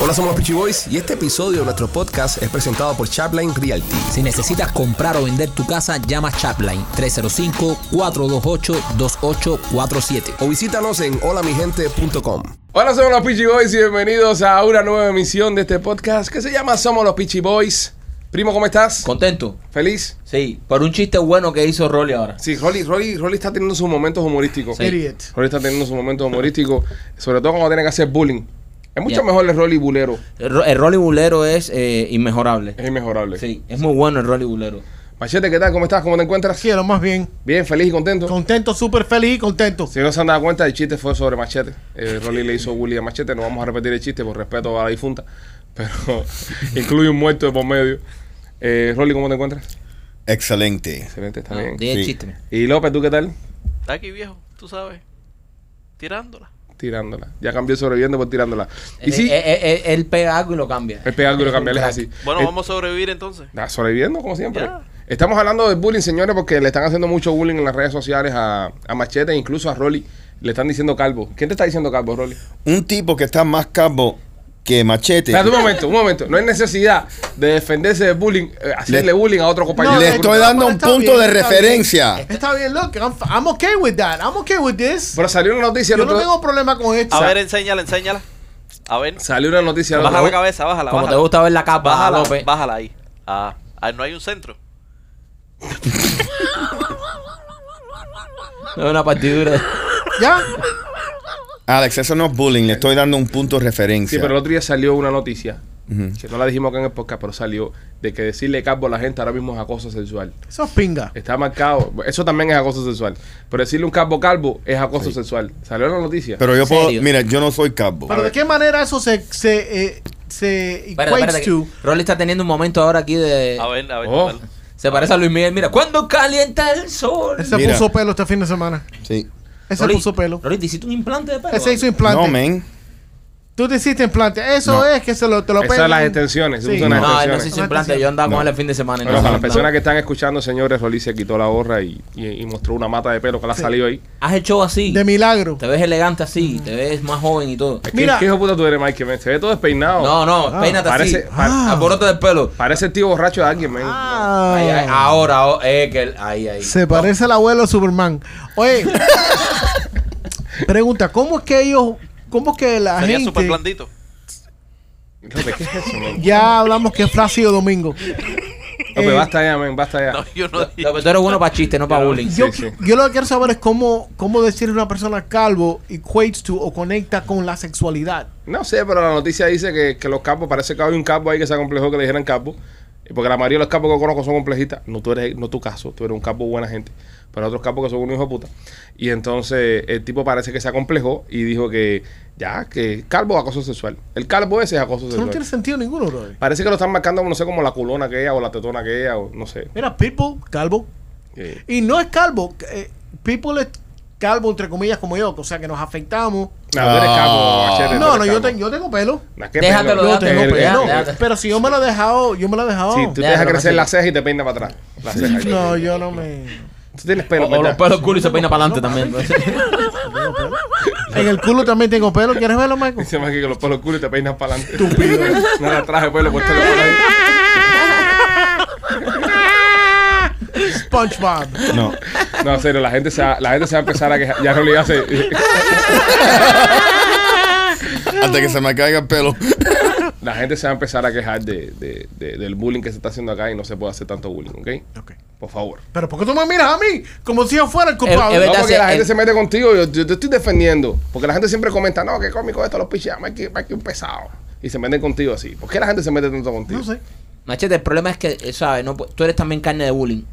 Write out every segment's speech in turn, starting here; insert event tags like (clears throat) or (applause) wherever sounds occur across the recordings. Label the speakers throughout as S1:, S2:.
S1: Hola, somos los Peachy Boys y este episodio de nuestro podcast es presentado por Chapline Realty.
S2: Si necesitas comprar o vender tu casa, llama Chapline 305-428-2847.
S1: O visítanos en holamigente.com.
S3: Hola, somos los Peachy Boys y bienvenidos a una nueva emisión de este podcast que se llama Somos los Peachy Boys. Primo, ¿cómo estás?
S4: ¿Contento?
S3: ¿Feliz?
S4: Sí, por un chiste bueno que hizo Rolly ahora.
S3: Sí, Rolly, Rolly, Rolly está teniendo sus momentos humorísticos.
S4: Sí.
S5: Idiot.
S3: Rolly está teniendo sus momentos humorísticos, sobre todo cuando tiene que hacer bullying. Es mucho
S4: Bien.
S3: mejor el Rolly bulero,
S4: El, ro- el Rolly Bulero es eh, inmejorable.
S3: es inmejorable.
S4: Sí, es muy bueno el Rolly Bulero.
S3: Machete, ¿qué tal? ¿Cómo estás? ¿Cómo te encuentras?
S5: Quiero más bien.
S3: Bien, feliz y contento.
S5: Contento, súper feliz y contento.
S3: Si no se han dado cuenta, el chiste fue sobre Machete. Eh, Rolly le hizo bullying a Machete. No vamos a repetir el chiste por respeto a la difunta, (laughs) pero incluye un muerto de por medio. Eh, Rolly, ¿cómo te encuentras?
S6: Excelente.
S3: Excelente, está
S7: Ah,
S4: No,
S3: bien.
S4: di el
S6: Sí.
S4: chiste.
S3: Y López, ¿tú qué tal?
S7: Está aquí viejo, tú sabes. Tirándola.
S3: Tirándola. Ya cambió sobreviviendo por tirándola. Y
S4: Eh,
S3: sí,
S4: eh, eh, eh, él pega algo y lo cambia.
S3: el pegar lo cambiarles así.
S7: Bueno,
S3: Eh,
S7: vamos a sobrevivir entonces.
S3: Ah, sobreviviendo, como siempre.
S7: Ya.
S3: Estamos hablando de bullying, señores, porque le están haciendo mucho bullying en las redes sociales a, a Machete, incluso a Rolly. Le están diciendo calvo. ¿Quién te está diciendo calvo, Rolly?
S6: Un tipo que está más capo que Machete.
S3: Espérate un momento, un momento. No hay necesidad de defenderse de bullying, eh, hacerle
S6: Le-
S3: bullying a otro compañero.
S5: No,
S6: Le
S5: no,
S6: estoy
S5: no,
S6: dando un
S5: está
S6: punto
S5: bien,
S6: de
S5: está
S6: referencia.
S5: Está bien, look, I'm, I'm okay with that. I'm okay with this.
S3: Pero salió una noticia. el
S5: Yo no
S3: otro-
S5: tengo problema con esto.
S7: A ver,
S4: eh.
S7: enséñala, enséñala. A ver.
S3: Salió una noticia. el
S7: Baja
S3: otro-
S7: la cabeza, bájala.
S4: Como te
S7: bájala.
S4: gusta ver la capa,
S7: Bájala,
S4: López.
S7: bájala ahí. Ah, ah, no hay un centro.
S4: Es una partidura.
S5: ¿Ya?
S6: Alex, eso no es bullying. Le estoy dando un punto de referencia.
S3: Sí, pero el otro día salió una noticia.
S6: Ujú.
S3: Que no la dijimos acá en el podcast, pero salió de que decirle calvo a la gente ahora mismo es acoso sexual.
S5: Eso es pinga.
S3: Está marcado. Eso también es acoso sexual. Pero decirle un calvo calvo es acoso sexual. Salió en la noticia.
S6: Pero yo puedo...
S4: serio?
S6: Mira, yo no soy capo.
S5: Pero de qué manera eso se, se, eh,
S4: Espérate,
S5: se equates
S4: espérate, que
S5: to.
S4: Rolly está teniendo un momento ahora aquí de.
S7: A ver, a ver.
S3: Oh.
S7: dale.
S4: Se parece a Luis Miguel. Mira, cuando calienta el sol.
S5: Él se
S6: Mira.
S5: puso pelo este fin de semana.
S6: Sí.
S5: Él se
S4: Rolly,
S5: puso pelo.
S4: Rolly, te hiciste un implante de pelo.
S5: Él se hizo
S6: No,
S5: implante.
S6: man.
S5: Tú te hiciste implante. Eso
S6: No.
S5: es que se lo, te lo
S3: Esas
S5: pegan.
S3: son las extensiones. se
S5: Sí.
S3: puso unas
S4: No, él no
S3: extensiones.
S4: se hizo implante. Yo andaba con él el fin de semana. y
S3: Bueno,
S4: no
S3: para
S4: se
S3: las
S4: hizo
S3: personas
S4: implante.
S3: que están escuchando, señores, Rolly se quitó la gorra y, y- y mostró una mata de pelo que le ha salido ahí.
S4: Haz el show así.
S5: De milagro.
S4: Te ves elegante así. Te ves más joven y todo.
S3: ¿Qué,
S5: Mira.
S3: ¿Qué hijo de puta tú eres, Mike? Me- Se ve todo despeinado.
S4: No, no, peínate
S3: Parece,
S4: así.
S3: pa-
S5: Ah.
S4: Alboroto del pelo.
S3: parece el tío borracho de alguien, man.
S5: Ah.
S4: Ay, ay, ahora, oh, eh, que el- ay, ay.
S5: Se parece al abuelo de Superman.
S3: (laughs)
S5: Oye, pregunta, ¿cómo es que ellos, cómo es que la
S7: Sería súper
S5: gente...
S7: blandito.
S3: No, ¿de ¿Qué es eso,
S5: (laughs)
S3: man?
S5: Ya hablamos que es Flácido Domingo.
S3: No, pero
S5: Eh,
S3: basta ya, man, basta ya.
S7: No, yo no dije.
S4: Lo que tú eres bueno para chiste, no para bullying.
S5: Yo,
S3: Sí, sí.
S5: yo lo que quiero saber es cómo, cómo decirle a una persona calvo equates to o conecta con la sexualidad.
S3: No sé, pero la noticia dice que, que los capos, parece que hay un capo ahí que se acomplejó que le dijeran capo. Y Porque la mayoría de los capos que conozco son complejistas. No tú eres, no tu caso, tú eres un capo buena gente. Pero otros capos que son unos hijo de puta. Y entonces el tipo parece que se acomplejó y dijo que ya, que calvo es acoso sexual. El calvo ese es acoso
S5: Eso no
S3: sexual.
S5: tiene sentido ninguno, brother.
S3: Parece que lo están marcando, no sé, como la culona que ella o la tetona que ella o no sé.
S5: Mira, Pitbull, calvo.
S3: Eh,
S5: Y no es calvo. eh, Pitbull es calvo, entre comillas, como yo. O sea, que nos afectamos.
S3: No, tú eres capo,
S6: Ah.
S3: machete, tú
S5: No,
S3: eres
S5: no, yo,
S3: capo.
S5: te- yo tengo pelo.
S3: Nah, qué
S4: Déjatelo,
S3: pelo.
S4: déjatelo,
S3: El- el-
S4: pelo,
S5: No,
S4: Déjate.
S5: pero si yo me lo he dejado, yo me lo he dejado.
S3: Sí, tú te dejas
S4: Déjalo,
S3: crecer
S4: machete.
S3: la ceja y te peina para atrás. La ceja.
S5: Oh. No, yo no me.
S3: Tú tienes
S4: O,
S3: pelo,
S4: o los
S3: ¿verdad?
S4: pelos culo y se peina para adelante también.
S5: En el culo también tengo pelo. ¿Quieres verlo, Michael?
S3: Dice más que los pelos culos y te peinas para adelante. (laughs) Estúpido. No la traje pelo, pues te lo pones ahí.
S5: SpongeBob.
S6: No.
S3: No, en serio, la gente se va, la gente se va a empezar a quejar. Ya Rolly hace.
S6: Hasta que se me caiga el pelo.
S3: (laughs) La gente se va a empezar a quejar de, de- de- del bullying que se está haciendo acá y no se puede hacer tanto bullying, ¿ok?
S5: Ok.
S3: Por favor.
S5: Pero ¿por qué tú me miras a mí? Como si yo fuera el culpable.
S4: Eh,
S3: No,
S4: eh,
S3: porque
S4: Hace-
S3: la gente
S4: el-
S3: se mete contigo, yo, yo te estoy defendiendo. Porque la gente siempre comenta, no, qué cómico esto, los pichas, hay que un pesado. Y se meten contigo así. ¿Por qué la gente se mete tanto contigo?
S5: no sé.
S4: (laughs) Machete, el problema es que, eh, ¿sabes? No, pu- tú eres también carne de bullying.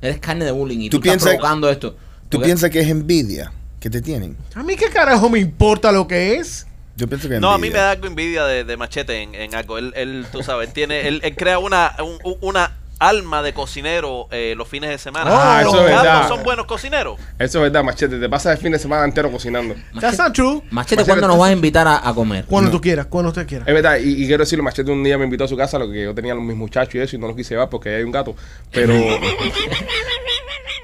S4: Eres carne de bullying y
S6: ¿Tú
S4: tú,
S6: piensas-
S4: estás provocando esto.
S6: ¿Tú
S4: Porque-
S6: piensas que es envidia que te tienen?
S5: A mí qué carajo me importa lo que es.
S6: Yo pienso que es envidia.
S7: No, a mí me da algo envidia de, de Machete en, en algo. Él, él, tú sabes, tiene, él, él crea una, un- un- una alma de cocinero eh, los fines de semana.
S3: Ah,
S7: los
S3: eso es
S7: calvos
S3: verdad.
S7: son buenos cocineros.
S3: Eso es verdad, machete. Te pasas el fin de semana entero cocinando.
S5: That's not true.
S4: Machete,
S3: Machete,
S4: ¿cuándo
S3: tú-
S4: nos vas a invitar a, a comer?
S5: Cuando tú quieras, cuando usted quiera.
S3: Es verdad, y, y quiero decirle, Machete un día me invitó a su
S4: (laughs)
S3: casa, lo que yo tenía los mis muchachos y eso, y no los quise llevar porque ahí hay un gato. Pero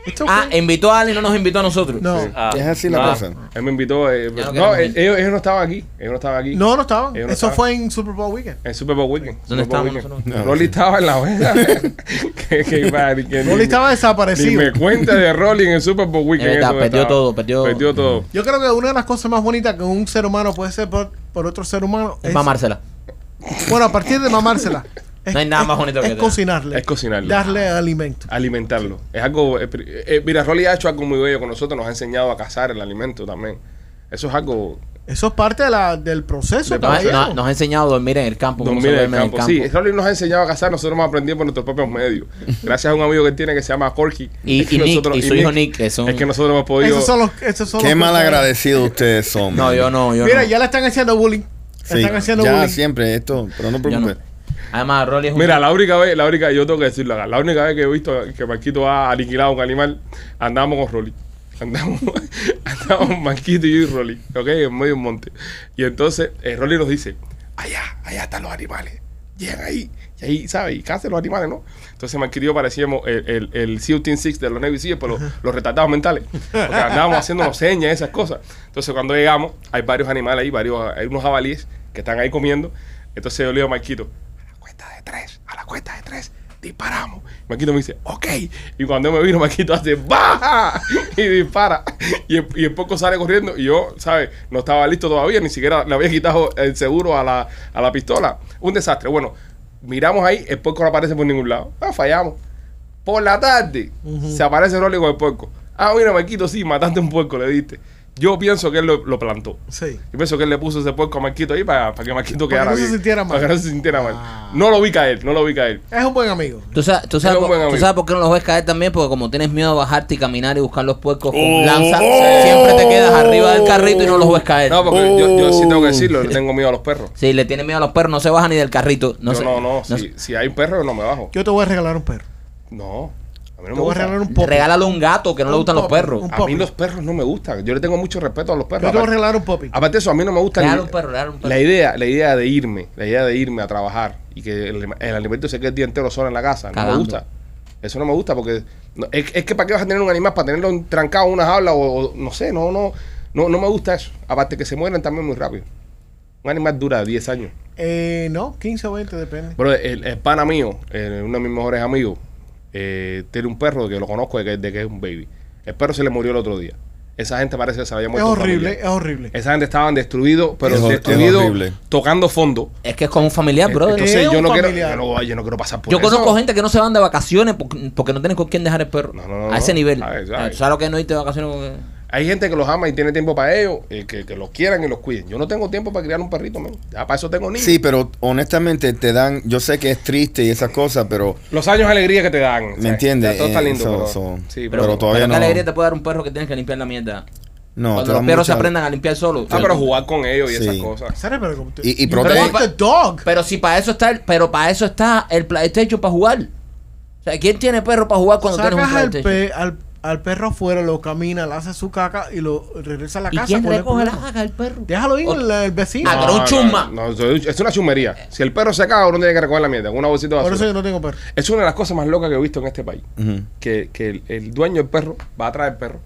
S5: It's okay.
S4: Ah, invitó a alguien, no nos invitó a nosotros.
S5: no.
S3: Sí.
S7: Ah,
S6: Es así la
S3: Ah,
S6: cosa.
S3: Él me invitó. eh,
S4: Ya
S3: no,
S4: no queremos
S3: eh,
S4: ir.
S3: ellos, ellos no estaban aquí. Ellos no estaban aquí.
S5: No, no estaban.
S3: Ellos no
S5: Eso
S3: estaban.
S5: fue en Super Bowl Weekend.
S3: En Super Bowl Weekend.
S4: ¿Dónde
S3: Super Bowl
S4: estábamos
S3: Weekend.
S6: nosotros?
S3: Rolly estaba en la (laughs) vela. que, que, iba- que ni-
S5: Rolly estaba
S3: Ni
S5: desaparecido.
S3: me cuenta de Rolly en el Super Bowl Weekend.
S4: Es verdad,
S3: eso que
S4: perdió todo, perdió- Mm.
S3: Perdió todo.
S5: Yo creo que una de las cosas más bonitas que un ser humano puede ser por, por otro ser humano
S4: Es mamársela.
S5: Bueno, a partir de mamársela. es-
S4: (laughs) No hay nada más bonito
S5: es,
S4: que
S5: es
S4: tener.
S5: cocinarle.
S3: Es cocinarle.
S5: Darle alimento.
S3: Alimentarlo. Es algo. eh, pri- eh, mira, Rolly ha hecho algo muy bello con nosotros. Nos ha enseñado a cazar el alimento también. Eso es algo.
S5: Eso es parte de la- del proceso.
S3: Del
S4: Nos,
S5: caballero.
S4: nos- nos ha enseñado a dormir en el campo. cómo se
S3: Dormir en el
S4: duerme
S3: campo. Sí, Rolly nos ha enseñado a cazar. Nosotros hemos aprendido por nuestros propios
S4: (laughs)
S3: medios. Gracias a un amigo que él tiene que se llama Corky.
S4: Y-
S3: (laughs) Es que
S4: y Nick, y su hijo Nick, que son-
S3: Es que nosotros hemos podido.
S5: Esos son los. Esos son
S6: Qué
S5: los
S6: mal
S5: cosas-
S6: agradecidos ustedes son.
S4: No,
S6: man.
S4: yo no, yo
S5: Mira,
S4: no.
S5: ya le están haciendo bullying. Le
S6: Sí,
S5: están haciendo
S6: ya
S5: bullying.
S6: siempre esto, pero no
S4: Yo no.
S6: preocupes.
S4: Además, Rolly es un.
S3: pues, Mira, la única vez, la única, yo tengo que decirlo acá, la única vez que he visto que Marquito ha aniquilado a un animal, andábamos con Rolly. Andamos, (laughs) andamos Marquito y yo y Rolly, ¿ok? En medio de un monte. Y entonces eh, Rolly nos dice, allá, allá están los animales, llegan ahí, y ahí, ¿sabes? Y casi los animales, ¿no? Entonces Marquito y yo parecíamos el, el, el SEAL Team Six de los Navy Seals, pero los, los retardados mentales, porque andábamos haciéndonos señas y esas cosas. Entonces cuando llegamos, hay varios animales ahí, varios, hay unos jabalíes que están ahí comiendo. Entonces yo le digo a Marquito, la cuenta de tres, a la cuenta de tres, disparamos. Maquito me dice, ok. Y cuando me vino, Maquito hace, baja (laughs) y dispara. Y, el- y el poco sale corriendo. Y yo, ¿sabes? No estaba listo todavía, ni siquiera le había quitado el seguro a la, a la pistola. Un desastre. Bueno, miramos ahí, el poco no aparece por ningún lado. Ah, fallamos. Por la tarde se aparece Rolly con el puerco. Ah, mira, Maquito, sí, mataste un puerco, le diste. Yo pienso que él lo, lo plantó.
S5: Sí.
S3: Yo pienso que él le puso ese puerco a Marquito ahí para, para que Marquito
S5: Para que
S3: quedara
S5: no se
S3: bien.
S5: sintiera mal.
S3: Para que no se sintiera mal.
S5: Ah.
S3: No lo vi caer, no lo vi caer.
S5: Es un buen amigo.
S4: Tú sabes, tú,
S3: Era
S4: sabes
S3: un
S4: por,
S3: buen
S4: tú
S3: amigo.
S4: sabes por qué no los ves caer también, porque como tienes miedo a bajarte y caminar y buscar los puercos con
S6: Oh,
S4: lanza,
S6: oh.
S4: siempre te quedas arriba del carrito y no los ves caer.
S3: No, porque yo, yo sí tengo que
S6: Oh.
S3: decirlo, le tengo miedo a los perros.
S4: Sí, le tiene miedo a los perros, no se baja ni del carrito. No,
S3: No,
S4: se-
S3: no, no,
S4: no
S3: si, si hay un perro, yo no me bajo.
S5: Yo te voy a regalar un perro.
S3: No, a mí no
S5: Te
S3: me
S5: voy a
S3: gusta.
S5: regalar un
S4: se-
S5: poco.
S4: Regálale un gato que no le
S5: Un
S4: gustan los
S5: popi,
S4: perros.
S5: un
S3: A mí
S5: puppy.
S3: los perros no me gustan. Yo le tengo mucho respeto a los perros.
S5: Yo te voy a
S3: Aparte-
S5: regalar un poppy.
S3: Aparte de eso, a mí no me gusta
S4: Regala
S3: ni-
S4: un perro, regala un perro.
S3: La idea, la idea de irme, la idea de irme a trabajar y que el, el alimento se quede el día entero solo en la casa, no
S4: Cagando.
S3: me gusta. Eso no me gusta porque no- es, es que para qué vas a tener un animal para tenerlo en- trancado en una jaula o, o no sé, no, no, no, no me gusta eso. Aparte que se mueren también muy rápido. Un animal dura 10 años.
S5: Eh, no, 15 o 20, depende.
S3: Bro, el, el pana mío, eh, uno de mis mejores amigos, eh, tiene un perro que lo conozco de que, de que es un baby. El perro se le murió el otro día. Esa gente parece que se había
S5: Es
S3: muerto. un
S5: horrible, es
S3: familiar.
S5: horrible.
S3: Esa gente estaban destruidos, pero
S6: Es hor- es
S3: destruidos
S6: horrible.
S3: tocando fondo.
S4: Es que es como un familiar,
S3: Eh,
S4: Ah, brother.
S3: Entonces
S5: Es
S3: yo
S5: un
S3: no, quiero,
S5: familiar.
S3: yo, no, yo no quiero pasar por
S4: Yo
S3: eso.
S4: conozco gente que no se van de vacaciones por- porque no tienen con quién dejar el perro.
S3: No, no, no,
S4: a ese
S3: no.
S4: nivel.
S3: A ver,
S4: Eh,
S3: ¿sabes?
S4: ¿Sabes lo que es no irte de vacaciones? con-
S3: Hay gente que los ama y tiene tiempo para ellos, eh, que, que los quieran y los cuiden. Yo no tengo tiempo para criar un perrito, man. Ya para eso tengo niños.
S6: Sí, pero honestamente te dan, yo sé que es triste y esas cosas, pero
S3: Los años de alegría que te dan. ¿sabes?
S6: me entiendes.
S3: Ya todo está
S6: Eh,
S3: lindo.
S6: so-
S3: pero,
S6: so-
S3: sí,
S6: pero,
S3: pero, Ah,
S6: todavía
S4: pero qué
S6: no.
S4: alegría te puede dar un perro que tienes que limpiar la mierda.
S6: no, te
S4: Cuando
S6: dan
S4: los perros se
S6: mucha-
S4: aprendan a limpiar solo.
S3: Ah, pero jugar con ellos y
S6: Sí.
S3: esas cosas.
S5: ¿Sabes? Pero como te-
S6: Y- y
S5: You
S6: protege-
S5: want the dog.
S4: Pero si para eso está el, pero para eso está el PlayStation para jugar. O sea, ¿quién tiene perro para jugar cuando tienes
S5: Sacas
S4: un
S5: al,
S4: PlayStation?
S5: pe- al, al perro afuera, lo camina, le hace su caca y lo regresa a la
S4: ¿Y
S5: casa.
S4: quién
S5: con el
S4: recoge la
S5: problema.
S4: caca del perro?
S5: Déjalo ir,
S4: Ot-
S5: el, el vecino.
S4: Ah, pero un chuma.
S3: No, no, es una chumería. Si el perro se caga, uno tiene que recoger la mierda. con Una bolsita de
S5: Por eso
S3: basura.
S5: yo no tengo perro.
S3: Es una de las cosas más locas que he visto en este país.
S6: Ujú.
S3: que, que el, el dueño del perro va a traer el perro.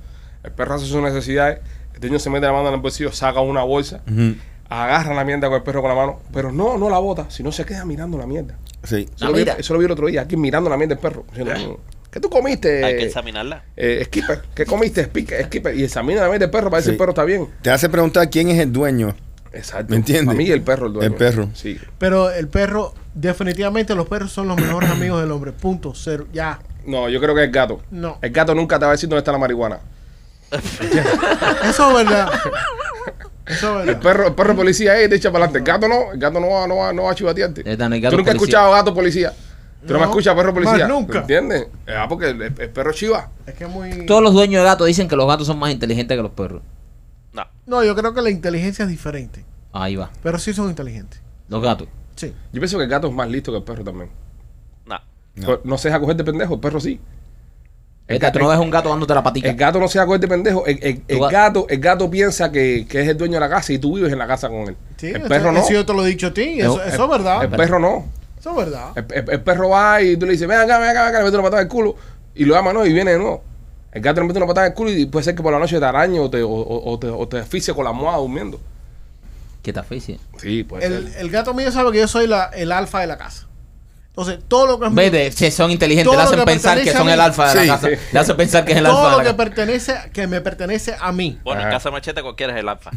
S3: El perro hace sus necesidades. El dueño se mete la mano en el bolsillo, saca una bolsa,
S6: Ujú.
S3: agarra la mierda con el perro con la mano, pero no, no la bota, sino se queda mirando la mierda.
S6: Sí.
S3: Eso,
S4: La
S3: lo vi,
S4: mira.
S3: eso lo vi el otro día, aquí mirando la mierda del perro. Diciendo, "Mm, ¿Qué tú comiste?
S7: Hay que examinarla.
S3: eh, skipper, ¿qué comiste? Skipper, skipper. Y examina la mierda del perro para ver si el perro está bien.
S6: Te hace preguntar quién es el dueño.
S3: Exacto.
S6: ¿Me entiendes?
S3: A mí el perro, el dueño.
S6: El perro.
S3: Sí.
S5: Pero el perro, definitivamente los perros son los mejores amigos del hombre. Punto, cero. Ya.
S3: No, yo creo que es gato.
S5: No.
S3: El gato nunca te va a decir dónde está la marihuana.
S5: Eso es verdad. Eso es
S3: El
S5: verdad.
S3: perro, el perro policía eh, te echa para adelante. El gato no, el gato no va, no va, no va a chivatearte.
S4: Es tan Eh, el gato
S3: Tú nunca has
S4: policía.
S3: escuchado gato policía. Tú no, me
S5: No,
S3: escuchas perro policía.
S5: más nunca.
S3: ¿Entiendes? Ah, porque el, el perro chiva.
S5: Es que es muy.
S4: Todos los dueños de gatos dicen que los gatos son más inteligentes que los perros.
S7: No.
S5: No, yo creo que la inteligencia es diferente.
S4: Ahí va.
S5: Pero sí son inteligentes.
S4: Los gatos.
S5: Sí.
S3: Yo pienso que el gato es más listo que el perro también.
S7: No.
S6: No.
S3: Pero No, se deja coger de pendejo, el perro sí. El,
S4: Vete,
S3: gato,
S4: tú no ves
S3: el,
S4: a un gato dándote la patica.
S3: el gato no se deja coger de pendejo. El, el- el
S4: Tú va-
S3: gato, el gato piensa que, que es el dueño de la casa y tú vives en la casa con él.
S5: Sí,
S3: el
S5: eso-
S3: perro no.
S5: Eso yo te lo he dicho a ti. Eso,
S4: Es-
S5: eso es verdad.
S3: El perro no.
S5: eso es verdad.
S3: El, el- el perro va y tú le dices, ven acá, ven acá, ven acá, le metes una patada en el culo y lo ama, no, y viene de nuevo. El gato le mete una patada en el culo y puede ser que por la noche te arañe o te, o, o- o te, o te asfixie con la almohada durmiendo.
S4: Que te asfixie.
S3: Sí, puede
S5: El, (laughs)
S3: ser.
S5: el gato mío sabe que yo soy la- el alfa de la casa. Entonces, todo lo que es mío-
S4: Vete, si son inteligentes,
S5: Todo
S4: le
S5: lo
S4: hacen
S5: que
S4: pensar que
S5: pertenece a
S4: son
S5: mí.
S4: el alfa de
S6: Sí.
S4: la casa. Le hacen pensar que es el
S5: todo
S4: alfa
S5: lo
S4: de
S5: que
S4: la casa.
S5: pertenece, que me pertenece a mí.
S7: Bueno, en
S3: Ajá.
S7: casa machete cualquiera es el alfa.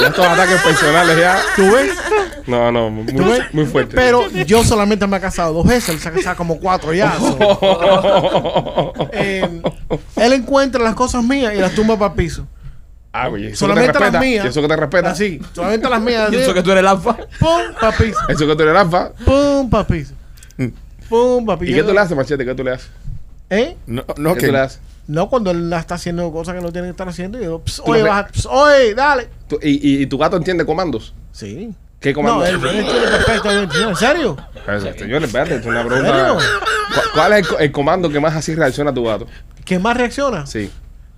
S3: Ya Estos ataques personales ya.
S5: ¿Tú ves?
S3: No, no, muy,
S5: ¿Tú ves?
S3: muy fuerte. (laughs)
S5: Pero yo solamente me he casado dos veces, él se ha casado como cuatro ya. so, eh, él encuentra las cosas mías y las tumba para el piso.
S3: Ah, oye, eso que te
S5: Solamente las
S3: respeta.
S5: mías.
S3: y Eso que te respeta.
S5: Así, solamente las mías.
S4: Yo
S5: así,
S4: sé que tú eres el alfa.
S5: Pum, para piso.
S3: Eso que tú eres alfa.
S5: Pum, para piso. Pum, para piso.
S3: ¿Y qué tú le haces, machete? ¿Qué tú le haces?
S5: ¿Eh?
S6: No, no,
S3: ¿Qué
S6: que.
S3: tú le haces?
S5: No, cuando él la está haciendo cosas que no tiene que estar haciendo, yo, "Ps,
S3: Tú
S5: oye,
S3: le-
S5: baja, ps, oye, dale.
S3: Tú- y, y- y tu gato entiende comandos?
S5: Sí.
S3: ¿Qué
S5: No,
S3: comandos?
S5: él, él entiende perfectamente. No, ¿En serio?
S3: Espérate, Señores, espérate, es una
S5: ¿En
S3: pregunta.
S5: serio?
S3: ¿Cu- ¿Cuál es el, co- el comando que más así reacciona tu gato?
S5: ¿Qué más reacciona?
S3: Sí.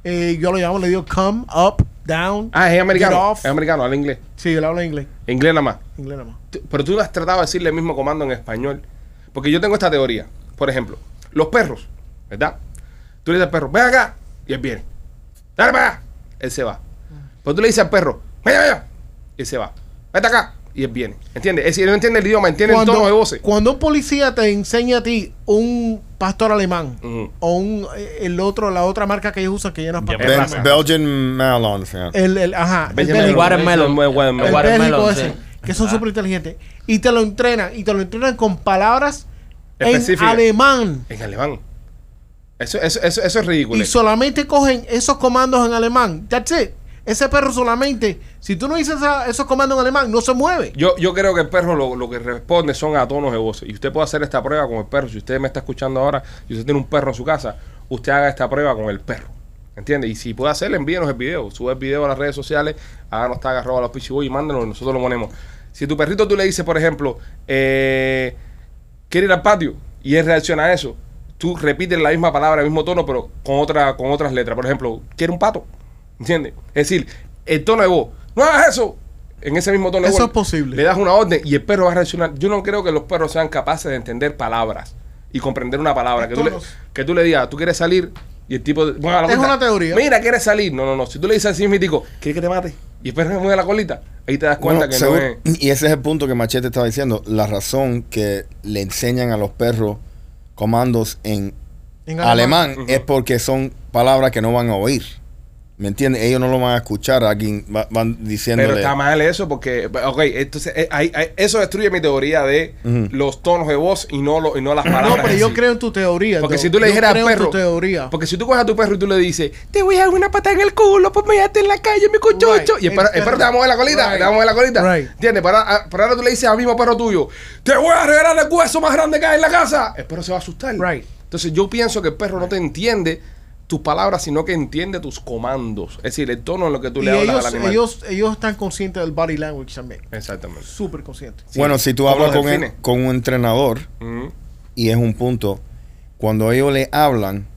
S5: Eh, yo lo llamo, le digo come, up, down.
S3: Ah, es
S5: get
S3: americano.
S5: off.
S3: Es americano, habla inglés.
S5: Sí, yo le hablo inglés.
S3: Inglés nada más.
S5: Inglés nada más.
S3: Tú- Pero tú no has tratado de decirle el mismo comando en español. Porque yo tengo esta teoría. Por ejemplo, los perros, ¿verdad? Tú le dices al perro, ven acá, y él viene. Dale para acá, él se va.
S5: Ah.
S3: Pero tú le dices al perro, ven acá, y él se va. Vete acá, y él viene. ¿Entiendes? Es decir, él no entiende el idioma, entiende el tono de voces.
S5: cuando un policía te enseña a ti un pastor alemán
S3: Ujú.
S5: o un, eh, el otro, la otra marca que ellos usan que ya no es pastor
S6: Bel-
S5: alemán.
S6: Belgian Malon, señor.
S5: El, el, ajá, el
S3: Benjamin
S5: bélgico,
S4: Watermelon.
S5: el
S4: El
S5: bélgico
S4: watermelon,
S5: ese,
S4: sí. Ah.
S5: que son súper inteligentes. Y te lo entrenan, y te lo entrenan con palabras en
S3: Específicas.
S5: alemán.
S3: En alemán. Eso, eso, eso, eso es ridículo.
S5: Y solamente cogen esos comandos en alemán. That's it. Ese perro solamente, si tú no dices esa- esos comandos en alemán, no se mueve.
S3: Yo, yo creo que el perro lo, lo que responde son a tonos de voz. Y usted puede hacer esta prueba con el perro. Si usted me está escuchando ahora y usted tiene un perro en su casa, usted haga esta prueba con el perro. ¿Entiende? Y si puede hacerlo, envíenos el video. Sube el video a las redes sociales. Háganos tag arroba los pichiboy y mándenlo y nosotros lo ponemos. Si tu perrito tú le dices, por ejemplo, eh, quiere ir al patio y él reacciona a eso, tú repites la misma palabra, el mismo tono, pero con, otra, con otras letras. Por ejemplo, quiere un pato. ¿Entiendes? Es decir, el tono de voz, no hagas eso. En ese mismo tono de
S5: Eso
S3: voz,
S5: es posible.
S3: Le das una orden y el perro va a reaccionar. Yo no creo que los perros sean capaces de entender palabras y comprender una palabra. Que tú, le,
S5: Tonos.
S3: que tú le digas, tú quieres salir y el tipo. de- mueva la
S5: Es
S3: colita.
S5: una teoría.
S3: Mira, quieres salir. No, no, no. Si tú le dices así, mítico, ¿quieres que te mate? Y el perro me mueve la colita. Ahí te das cuenta
S6: Bueno,
S3: que
S6: seguro-
S3: no es.
S6: Y ese es el punto que Machete estaba diciendo. La razón que le enseñan a los perros comandos en
S5: En
S6: alemán, es porque son palabras que no van a oír. ¿Me entiendes? Ellos no lo van a escuchar. A alguien va- van diciéndole.
S3: Pero está mal eso porque, ok, entonces eh, ahí- ahí- eso destruye mi teoría de
S6: Ujú.
S3: los tonos de voz y no, lo- y no las palabras.
S5: No, pero
S3: en
S5: yo
S3: sí.
S5: creo en tu teoría.
S3: Porque
S5: Doc.
S3: si tú le
S5: Yo
S3: dijeras al
S5: creo en
S3: perro,
S5: tu teoría.
S3: porque si tú coges a tu perro y tú le dices, te voy a dar una patada en el culo, pues me en la calle, mi cuchocho.
S5: Right.
S3: Y el perro, el perro te va a mover la colita,
S5: Right.
S3: te va a mover la colita.
S5: Right.
S3: ¿Entiendes? Pero, ahora- pero ahora tú le dices al mismo perro tuyo, te voy a regalar el hueso más grande que hay en la casa. El perro se va a asustar.
S5: Right.
S3: Entonces yo pienso que el perro no te entiende tus palabras, sino que entiende tus comandos. Es decir, el tono en lo que tú
S5: y
S3: le hablas
S5: ellos,
S3: al animal.
S5: ellos, ellos están conscientes del body language también.
S3: Exactamente.
S5: Súper conscientes.
S6: Bueno, si tú
S3: Como
S6: hablas
S3: los
S6: con, el-
S3: delfines.
S6: con un entrenador,
S3: Ujú.
S6: y es un punto, cuando ellos le hablan,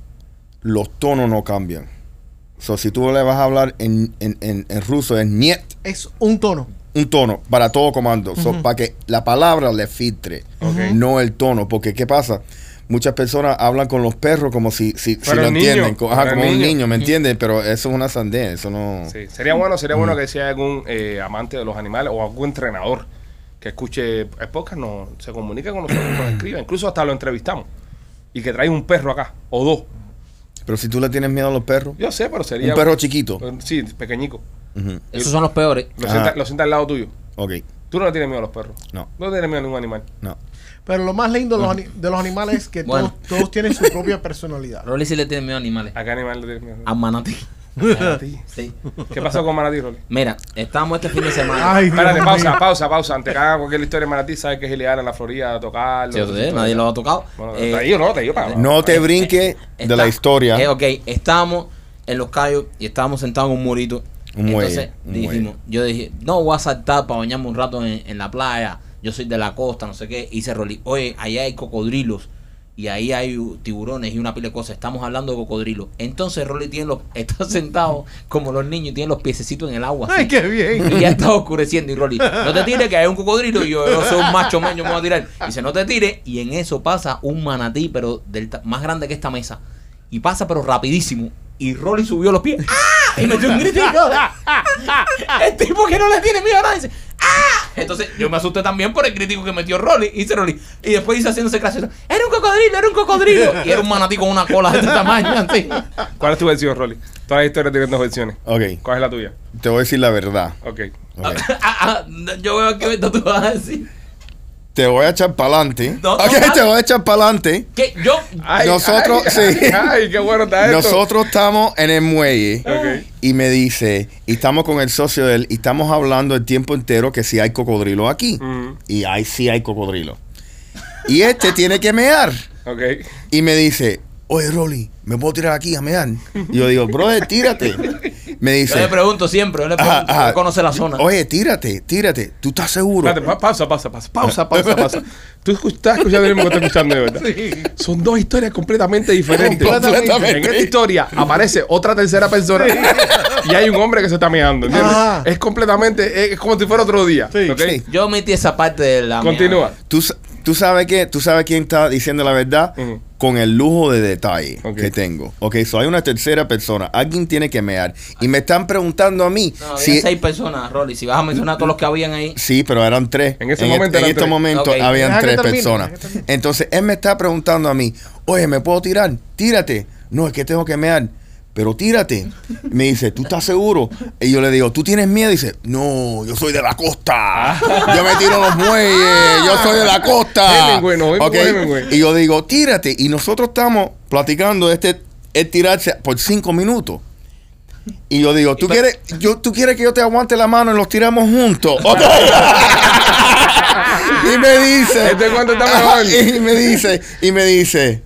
S6: los tonos no cambian. So, si tú le vas a hablar en, en- en- en ruso, es niet,
S5: Es un tono.
S6: un tono para todo comando, So, para que la palabra le filtre, no el tono, porque ¿qué pasa? Muchas personas hablan con los perros como si, si, si
S3: Pero
S6: lo
S3: el niño,
S6: entienden, co- ajá,
S3: pero el
S6: como un
S3: niño.
S6: niño, ¿me entiendes? Pero eso es una sandez, eso no...
S4: Oh.
S3: Sí, sería bueno, sería
S4: Mm.
S3: bueno que sea algún eh, amante de los animales o algún entrenador que escuche el podcast, no, se comunique con nosotros,
S4: (clears throat)
S3: nos escriba, incluso hasta lo entrevistamos y que traiga un perro acá o dos.
S6: Pero si tú le tienes miedo a los perros,
S3: Yo sé, pero sería Eh,
S6: un perro chiquito.
S3: Sí, pequeñico.
S6: Ujú,
S4: Esos son los peores.
S3: Lo
S6: Ajá.
S3: sienta, lo sienta al lado tuyo.
S6: Ok,
S3: Tú no le tienes miedo a los perros.
S6: no,
S3: No tienes miedo a ningún animal.
S6: no.
S5: Pero lo más lindo de los, ani- de los animales es que
S4: Bueno.
S5: todos, todos tienen su propia personalidad. (laughs)
S4: Rolly sí le tiene miedo a animales.
S3: ¿A qué animal le tienes miedo?
S4: A manatí.
S3: Manatí.
S4: Sí.
S3: ¿Qué pasó con Manatí, Rolly?
S4: Mira, estábamos este fin de semana.
S5: (laughs) Ay, Dios
S3: Espérate,
S4: (laughs)
S5: mío.
S3: pausa, pausa, pausa. Antes que haga cualquier historia de Manatí, sabes que es ilegal en la Florida tocarlo.
S4: Sí, yo sé, nadie lo ha tocado.
S3: Bueno,
S4: Eh,
S3: te digo, no, te digo para.
S6: No te brinques de la
S4: Está-
S6: historia.
S4: eh, ok, estábamos en Los Cayos y estábamos sentados en un murito.
S6: Un muelle,
S4: Entonces
S6: un
S4: dijimos, yo dije, no voy a saltar para bañarme un rato en, en la playa. Yo soy de la costa, no sé qué. Y dice Rolly, oye, allá hay cocodrilos. y ahí hay u- tiburones y una pila de cosas. Estamos hablando de cocodrilo. Entonces Rolly tiene los, (laughs) está sentado como los niños y tiene los piececitos en el agua. así.
S5: Ay, qué bien.
S4: Y ya está oscureciendo. Y Rolly, no te tires, que hay un cocodrilo. Y yo, yo soy un macho, man, yo me voy a tirar. Dice, no te tires. Y en eso pasa un manatí, pero del ta- más grande que esta mesa. Y pasa, pero rapidísimo. Y Rolly subió los pies. ¡Ah! Y metió un grito. y yo, ¡ah, ah, ah, ah! El tipo que no le tiene miedo a nada dice, ¡ah! Entonces yo me asusté también por el crítico que metió Rolly. Hice Rolly. Y después hice haciéndose gracioso. Era un cocodrilo, era un cocodrilo. Y era un manatí con una cola de este tamaño. Así. (laughs)
S3: ¿Cuál es tu versión, Rolly? Todas las historias tienen dos versiones.
S6: Ok,
S3: ¿Cuál es la tuya?
S6: te voy a decir la verdad.
S3: Ok.
S6: ok.
S4: Ah, ah, yo veo que tú vas a decir.
S6: Te voy a echar para adelante.
S4: No, no,
S6: ok,
S4: no.
S6: te voy a echar para adelante.
S4: Que yo,
S6: Nosotros-
S3: ay,
S6: sí.
S3: (laughs) Ay, qué bueno está esto.
S6: Nosotros estamos en el muelle
S3: Ok.
S6: y me dice, y estamos con el socio de él, y estamos hablando el tiempo entero que si hay cocodrilo aquí.
S3: Mm,
S6: Y ahí sí hay cocodrilo. Y este tiene que mear.
S3: ok.
S6: Y me dice, oye, Rolly, ¿me puedo tirar aquí a mear? Y yo digo, brother, tírate.
S4: yo
S6: Me
S4: le
S6: dice,
S4: pregunto siempre, yo le
S6: "Ajá,
S4: pregunto,
S6: ajá.
S4: él conoce la zona.
S6: Oye, tírate, tírate. ¿Tú estás seguro?
S3: Espérate, pa- pausa, pausa, pausa, pausa,
S6: (laughs)
S3: pausa, pausa. Tú escu- estás escuchando lo mismo que estoy escuchando de verdad. Son dos historias completamente diferentes.
S6: Completamente.
S3: En esta historia aparece otra tercera persona y hay un hombre que se está meando. ¿entiendes?
S5: Ajá.
S3: Es completamente, es como si fuera otro día.
S5: Sí.
S3: ¿ok?
S6: Sí.
S4: Yo omití esa parte de la.
S3: Continúa.
S6: ¿Tú, sa- tú sabes que tú sabes quién está diciendo la verdad
S3: Ujú.
S6: con el lujo de detalle
S3: Ok.
S6: que tengo. Ok, so hay una tercera persona. Alguien tiene que mear. Y me están preguntando a mí
S4: No, había
S6: si.
S4: seis personas, Rolly. Si vas a mencionar a todos los que habían ahí.
S6: Sí, pero eran tres.
S3: En ese momento
S6: en
S3: eran
S6: este
S3: tres.
S6: momento
S4: Ok.
S6: habían
S5: Deja que
S6: tres
S5: termine,
S6: personas.
S5: deja que termine.
S6: Entonces él me está preguntando a mí, oye, ¿me puedo tirar? Tírate. No, es que tengo que mear. Pero tírate. Me dice, ¿tú estás seguro? Y yo le digo, ¿tú tienes miedo? dice, no, yo soy de la costa.
S3: Ah.
S6: Yo me tiro los muelles. Yo soy de la costa.
S3: Hemingway, no, Hemingway,
S6: Ok.
S3: Hemingway.
S6: Y yo digo, tírate. Y nosotros estamos platicando de este, el tirarse por cinco minutos. Y yo digo, ¿tú quieres, yo, ¿tú quieres que yo te aguante la mano y los tiramos juntos? Ok. (laughs) y me dice.
S3: ¿Este cuánto está mejor?
S6: Y me dice, y me dice.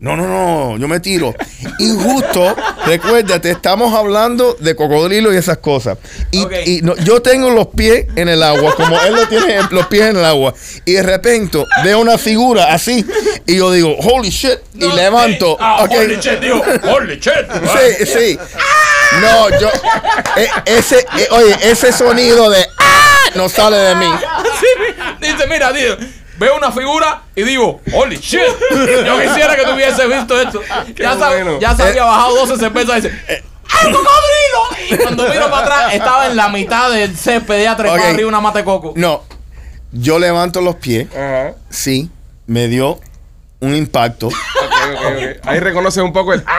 S6: No, no, no, yo me tiro. Y justo, recuérdate, estamos hablando de cocodrilo y esas cosas. Y,
S4: Ok.
S6: y no- yo tengo los pies en el agua, como él lo tiene en- los pies en el agua. Y de repente veo una figura así. Y yo digo, holy shit. Y levanto. ok.
S4: (laughs)
S6: Sí, sí. No, yo. e- ese, e- oye, ese sonido de. ¡Ah! No sale de mí.
S4: Ah, Dice, mira, tío. Veo una figura y digo, holy shit. Yo quisiera que tuviese
S3: (laughs)
S4: visto esto. Ya, sab-
S3: bueno.
S4: ya se
S6: Eh.
S4: había bajado 12 cervezas y dice, ¡ay, cocodrilo! Y cuando miro para atrás, estaba en la mitad del césped de atrás
S6: Ok.
S4: arriba una mata de coco.
S6: No. Yo levanto los pies.
S3: Ajá.
S6: Sí. Me dio un impacto.
S3: Ok, ok, ok. Ahí reconoces un poco el. ¡Ah!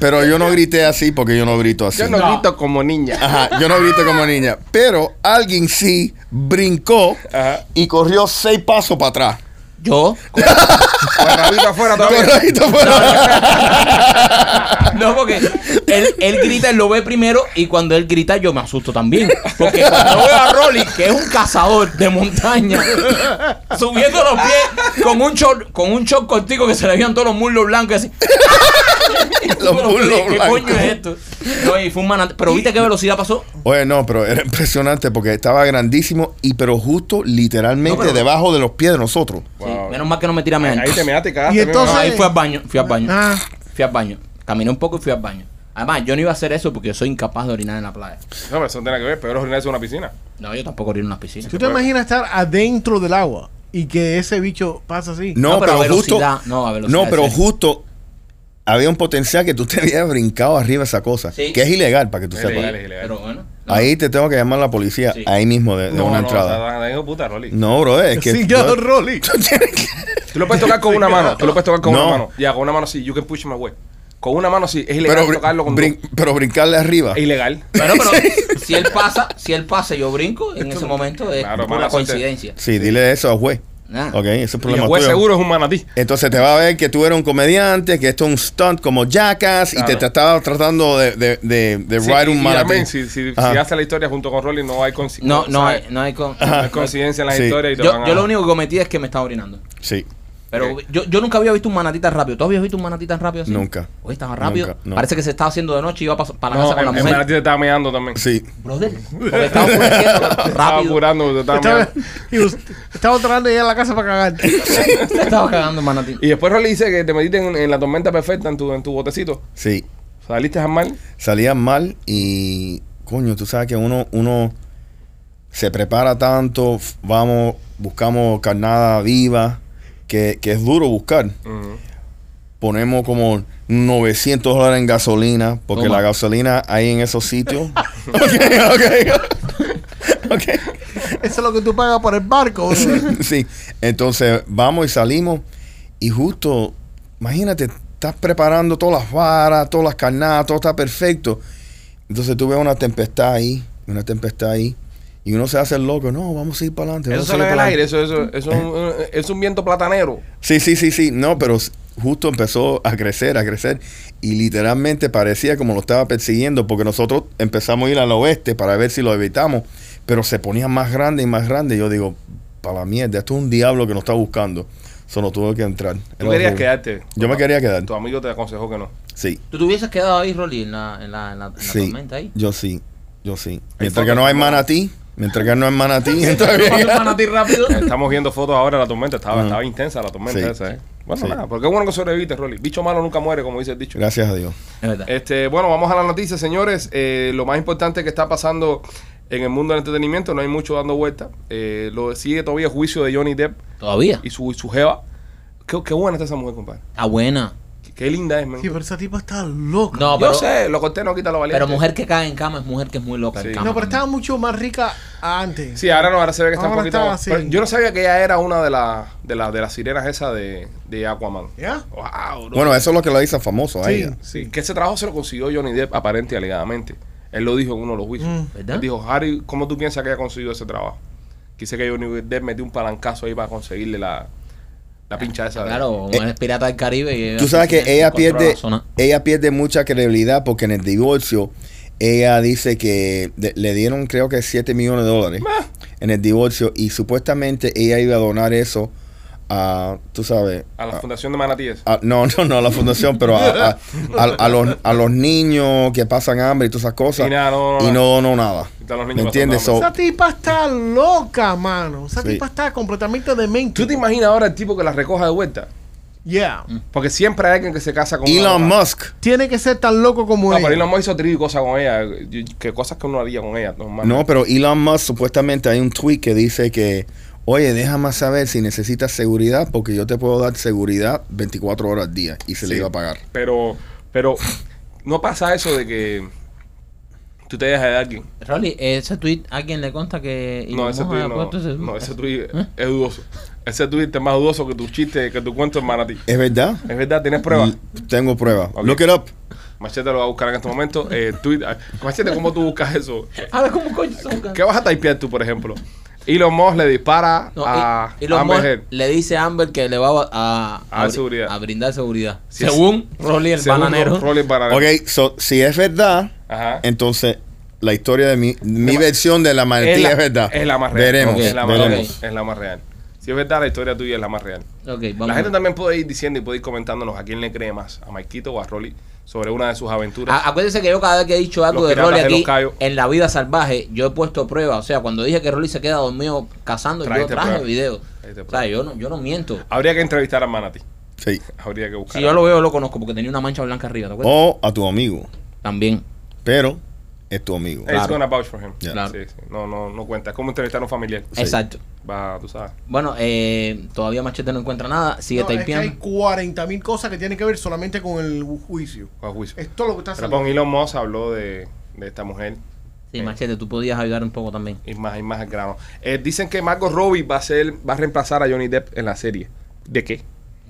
S6: Pero yo no grité así porque yo no grito así.
S3: Yo no grito como niña.
S6: Ajá, yo no grito como niña. Pero alguien sí brincó
S3: Ajá.
S6: y corrió seis pasos para atrás.
S4: Yo
S3: La rabita afuera todavía.
S6: Correcto, para-
S4: No, porque él, él grita, él lo ve primero y cuando él grita yo me asusto también. Porque cuando veo a Rolly, que es un cazador de montaña, subiendo los pies con un short, con un short cortico que se le veían todos los muslos blancos y así.
S6: Los muslos
S4: ¿Qué coño
S6: blancos.
S4: es esto? No, y fue un manante. Pero viste qué velocidad pasó.
S6: Oye, no, pero era impresionante porque estaba grandísimo y pero justo literalmente
S4: No, pero-
S6: debajo de los pies de nosotros.
S3: Wow.
S4: Sí, menos mal que no me tira a mear.
S3: Ahí te measte, cagaste.
S5: Y
S3: mi mamá.
S4: No,
S5: entonces-
S4: ahí fui al baño, fui al baño.
S5: Ah.
S3: Este
S4: Fui al baño. Caminé un poco y fui al baño. Además, yo no iba a hacer eso porque yo soy incapaz de orinar en la playa.
S3: No, pero eso no tiene que ver. Peor es orinarse en una piscina.
S4: No, yo tampoco orino en las piscinas.
S5: ¿Tú te imaginas estar adentro del agua y que ese bicho pasa así?
S6: No,
S4: No, pero
S6: pero,
S4: a
S6: justo.
S4: velocidad, no, a velocidad,
S6: no, pero
S4: sí.
S6: justo había un potencial que tú te habías brincado arriba esa cosa.
S4: Sí.
S6: Que es ilegal para que tú
S3: Es
S6: sepas.
S3: ilegal, es ilegal.
S4: Pero bueno. no.
S6: Ahí te tengo que llamar a la policía
S4: Sí.
S6: ahí mismo de, de
S3: No,
S6: una
S3: no,
S6: entrada.
S3: da- da- da- puta, Rolly.
S6: No, bro, es que.
S5: sí,
S6: (laughs) yo-
S5: yo, Rolly.
S3: Tú lo puedes tocar con una mano. Tú lo puedes tocar con
S6: No.
S3: una mano. Ya, con una mano sí. You can push my way. Con una mano sí. Es ilegal
S6: pero, brin-
S3: tocarlo con
S6: brin-
S3: dos.
S6: pero brincarle arriba.
S3: Es ilegal.
S4: Bueno,
S3: (laughs)
S4: pero si él pasa, si él pasa y yo brinco, en ese momento es
S3: Claro,
S4: una
S3: mala suerte.
S4: coincidencia.
S6: Sí, dile eso al juez.
S4: Nah.
S6: Ok, ese
S3: Ah. Y
S6: es el
S3: el
S6: problema
S3: juez
S6: tuyo.
S3: seguro es un manatí.
S6: Entonces te va a ver que tú eres un comediante, que esto es un stunt como Jackass y
S3: Claro.
S6: te estaba tratando de, de, de, de
S3: Sí,
S6: ride
S3: y-
S6: un
S3: y
S6: maratón.
S3: amén, si, si, si
S6: Ajá.
S3: hace la historia junto con Rolly, no hay consi-
S4: No, no
S3: ¿sabes?
S4: hay, no hay con.
S3: No hay coincidencia en la
S6: Sí.
S3: historia y te
S4: Yo,
S3: van a-
S4: yo lo único que cometí es que me estaba orinando.
S6: Sí.
S4: Pero yo, yo nunca había visto un manatí tan rápido. ¿Tú habías visto un manatí tan rápido así?
S6: Nunca.
S4: Hoy estaba rápido.
S6: Nunca, no.
S4: Parece que se estaba haciendo de noche y iba para, la
S3: No,
S4: casa con la
S3: el, el
S4: mujer.
S3: manatí te estaba meando también.
S6: Sí.
S4: Brother, porque estaba oscureciendo
S3: (laughs) Estaba
S4: rápido.
S3: apurando, te estaba
S5: Estaba,
S3: meando.
S5: (laughs) y usted- estaba tratando de ir a la casa para
S3: (laughs)
S5: cagar.
S4: Se estaba cagando el manatí.
S3: Y después Rolly dice que te metiste en, en la tormenta perfecta en tu, en tu botecito.
S6: Sí.
S3: ¿Saliste a mal?
S6: salían mal y coño, tú sabes que uno, uno se prepara tanto, f- vamos, buscamos carnada viva, que, que es duro buscar. Ponemos como 900 dólares en gasolina, porque
S4: Toma.
S6: la gasolina hay en esos sitios. ok, (laughs) ok. ok.
S5: Eso es lo que tú pagas por el barco. bro.
S6: (laughs) Sí, entonces vamos y salimos y justo, imagínate, estás preparando todas las varas, todas las carnadas, todo está perfecto. Entonces tú ves una tempestad ahí, una tempestad ahí, y uno se hace el loco, no, vamos a ir para adelante.
S3: Eso
S6: vamos a
S3: sale
S6: ir
S3: del
S6: para
S3: aire,
S6: adelante".
S3: eso, eso, eso es, un, es un viento platanero.
S6: Sí, sí, sí, sí, no, pero s- justo empezó a crecer, a crecer, y literalmente parecía como lo estaba persiguiendo, porque nosotros empezamos a ir al oeste para ver si lo evitamos, pero se ponía más grande y más grande. y yo digo, para la mierda, esto es un diablo que nos está buscando. Solo tuve que entrar.
S3: Tú
S6: Era
S3: querías
S6: horrible.
S3: quedarte.
S6: Yo me quería quedar.
S3: Tu amigo te aconsejó que no.
S6: Sí,
S4: ¿Tú te hubieses quedado ahí, Rolly, en la, en la, en la, en la
S6: sí.
S4: tormenta ahí?
S6: Yo sí, yo sí.
S3: fotos,
S6: Mientras que no hay
S3: ¿no?
S6: manatí, mientras que no hay (laughs) manatí, entonces
S3: (laughs)
S4: ¿Pasó el manatí rápido?
S3: Estamos viendo fotos ahora de la tormenta. Estaba,
S6: Ah.
S3: estaba intensa la tormenta
S6: Sí.
S3: esa, ¿eh? Bueno,
S6: Sí.
S3: nada, porque es bueno que sobreviviste, Rolly. Bicho malo nunca muere, como dice el dicho.
S6: Gracias a Dios.
S4: Es verdad.
S3: Este, bueno, vamos a las noticias, señores. Eh, lo más importante que está pasando en el mundo del entretenimiento, no hay mucho dando vuelta. Eh, lo sigue todavía el juicio de Johnny Depp
S4: Todavía.
S3: y su, y su jeva. Qué, qué buena está esa mujer, compadre.
S4: Está buena.
S3: Qué, qué linda es, man.
S5: Sí, pero esa tipa está loca.
S4: No,
S3: Yo
S4: pero,
S3: sé, lo corté, no quita lo valiente.
S4: pero mujer que cae en cama es mujer que es muy loca
S3: Sí.
S4: en
S5: No,
S4: cama.
S5: pero estaba
S4: también.
S5: mucho más rica antes.
S3: Sí, ahora no, ahora se ve que está un
S5: Ahora
S3: poquito.
S5: está así.
S3: pero yo no sabía que ella era una de, las de, las de las sirenas esa de, de Aquaman.
S5: ¿Ya?
S3: Wow, bro.
S6: Bueno, eso es lo que la hizo famoso a
S5: Sí.
S6: ella.
S3: Sí, que ese trabajo se lo consiguió Johnny Depp aparente y alegadamente. Él lo dijo en uno de los juicios.
S5: Mm.
S4: ¿Verdad?
S3: Él dijo, Harry, ¿cómo tú piensas que haya conseguido ese trabajo? Quise que Johnny Depp metió un palancazo ahí para conseguirle la, la pincha esa. de-
S4: Claro, como es pirata del Caribe. y
S6: Tú sabes que ella
S4: encontró la
S6: pierde,
S4: zona.
S6: ella pierde mucha credibilidad porque en el divorcio ella dice que de- le dieron creo que 7 millones de dólares
S3: Ah,
S6: en el divorcio y supuestamente ella iba a donar eso a, tú sabes,
S3: A la
S6: a-
S3: fundación de Manatíes.
S6: a- no, no, no a la fundación, pero a, a-
S3: (laughs)
S6: a- a los, a los niños que pasan hambre y todas esas cosas
S3: Y nada, no, no,
S6: y
S3: no.
S6: no donó nada.
S3: Y están los niños pasando
S6: ¿Me entiendes? So,
S3: hambre.
S5: Esa tipa está loca, mano. Esa
S6: Sí.
S5: tipa está completamente demente.
S3: ¿Tú te imaginas ahora el tipo que la recoja de vuelta?
S5: Yeah.
S4: Mm.
S3: Porque siempre hay alguien que se casa con
S6: Elon
S3: una-
S6: Musk,
S5: Tiene que ser tan loco como
S3: No,
S5: ella.
S3: pero Elon Musk hizo tri cosas con ella. y- Que cosas que uno haría con ella. normal.
S6: no, pero Elon Musk supuestamente hay un tweet que dice que Oye, déjame saber si necesitas seguridad porque yo te puedo dar seguridad 24 horas al día y se le
S3: Sí.
S6: iba a pagar.
S3: Pero, pero no pasa eso de que tú te dejas de alguien.
S4: Rolly, ese tweet, ¿a quién le consta que.? y
S3: No,
S4: lo
S3: ese
S4: moja
S3: tweet
S4: de
S3: no.
S4: puesto ese-
S3: no, ese tweet
S4: ¿Eh?
S3: es dudoso. Ese tweet es más dudoso que tu chiste, que tu cuento en Manatí.
S6: ¿Es verdad?
S3: Es verdad, tienes pruebas.
S6: L- Tengo pruebas.
S3: Ok.
S6: Look it up.
S3: Machete lo va a buscar en este momento. Eh, tweet, ah, Machete, ¿cómo tú buscas eso?
S4: (laughs) A ver, ¿cómo coño se busca?
S3: ¿Qué vas a typear tú, por ejemplo? Elon Musk le dispara
S4: No,
S3: a
S4: y, Elon
S3: Ah, Amber
S4: Musk
S3: Heard.
S4: le dice a Amber que le va a, a,
S3: A dar
S4: bri-
S3: seguridad.
S4: a brindar seguridad.
S3: Sí,
S4: según Rolly el
S3: Segundo,
S4: bananero.
S3: Rolly el bananero.
S6: Ok, so, si es verdad,
S3: Ajá.
S6: entonces la historia de mi, mi versión de la
S3: Es
S6: manatilla
S3: la,
S6: es verdad.
S3: es la más real.
S6: Veremos.
S3: Ok, Es la más,
S6: veremos.
S3: es la más real. Si es verdad, la historia tuya es la más real.
S4: Ok, vamos.
S3: La gente también puede ir diciendo y puede ir comentándonos a quién le cree más, a Marquito o a Rolly, sobre una de sus aventuras.
S4: A- acuérdense que yo cada vez que he dicho algo
S3: Los
S4: de
S3: piratas
S4: Rolly
S3: de los
S4: aquí
S3: Cayos.
S4: en la vida salvaje, yo he puesto pruebas. O sea, cuando dije que Rolly se queda dormido cazando,
S3: Trajiste
S4: yo traje
S3: pruebas.
S4: video.
S3: Trajiste
S4: O sea,
S3: pruebas.
S4: yo no, yo no miento.
S3: Habría que entrevistar a Manati.
S6: Sí.
S3: Habría que buscar.
S4: Si Ah. yo lo veo, lo conozco porque tenía una mancha blanca arriba, ¿te acuerdas?
S6: O a tu amigo.
S4: También.
S6: Pero es tu amigo.
S3: It's gonna vouch for him.
S6: Yeah.
S4: Claro.
S3: Sí, sí. No, no, no cuenta. Es como entrevistar a un familiar.
S6: Sí.
S4: Exacto.
S3: Va, tú sabes.
S4: Bueno, eh, todavía Machete no encuentra nada, sigue
S5: No, es que hay
S4: typeando.
S5: 40 mil cosas que tienen que ver solamente con el juicio.
S3: Con juicio.
S5: Es todo lo que está
S3: Pero
S5: haciendo.
S3: con Elon Musk habló de, de esta mujer.
S4: Sí, Machete, tú podías ayudar un poco también.
S3: Y más, y más al grano. Eh, dicen que Margot Robbie va a ser, va a reemplazar a Johnny Depp en la serie. ¿De qué?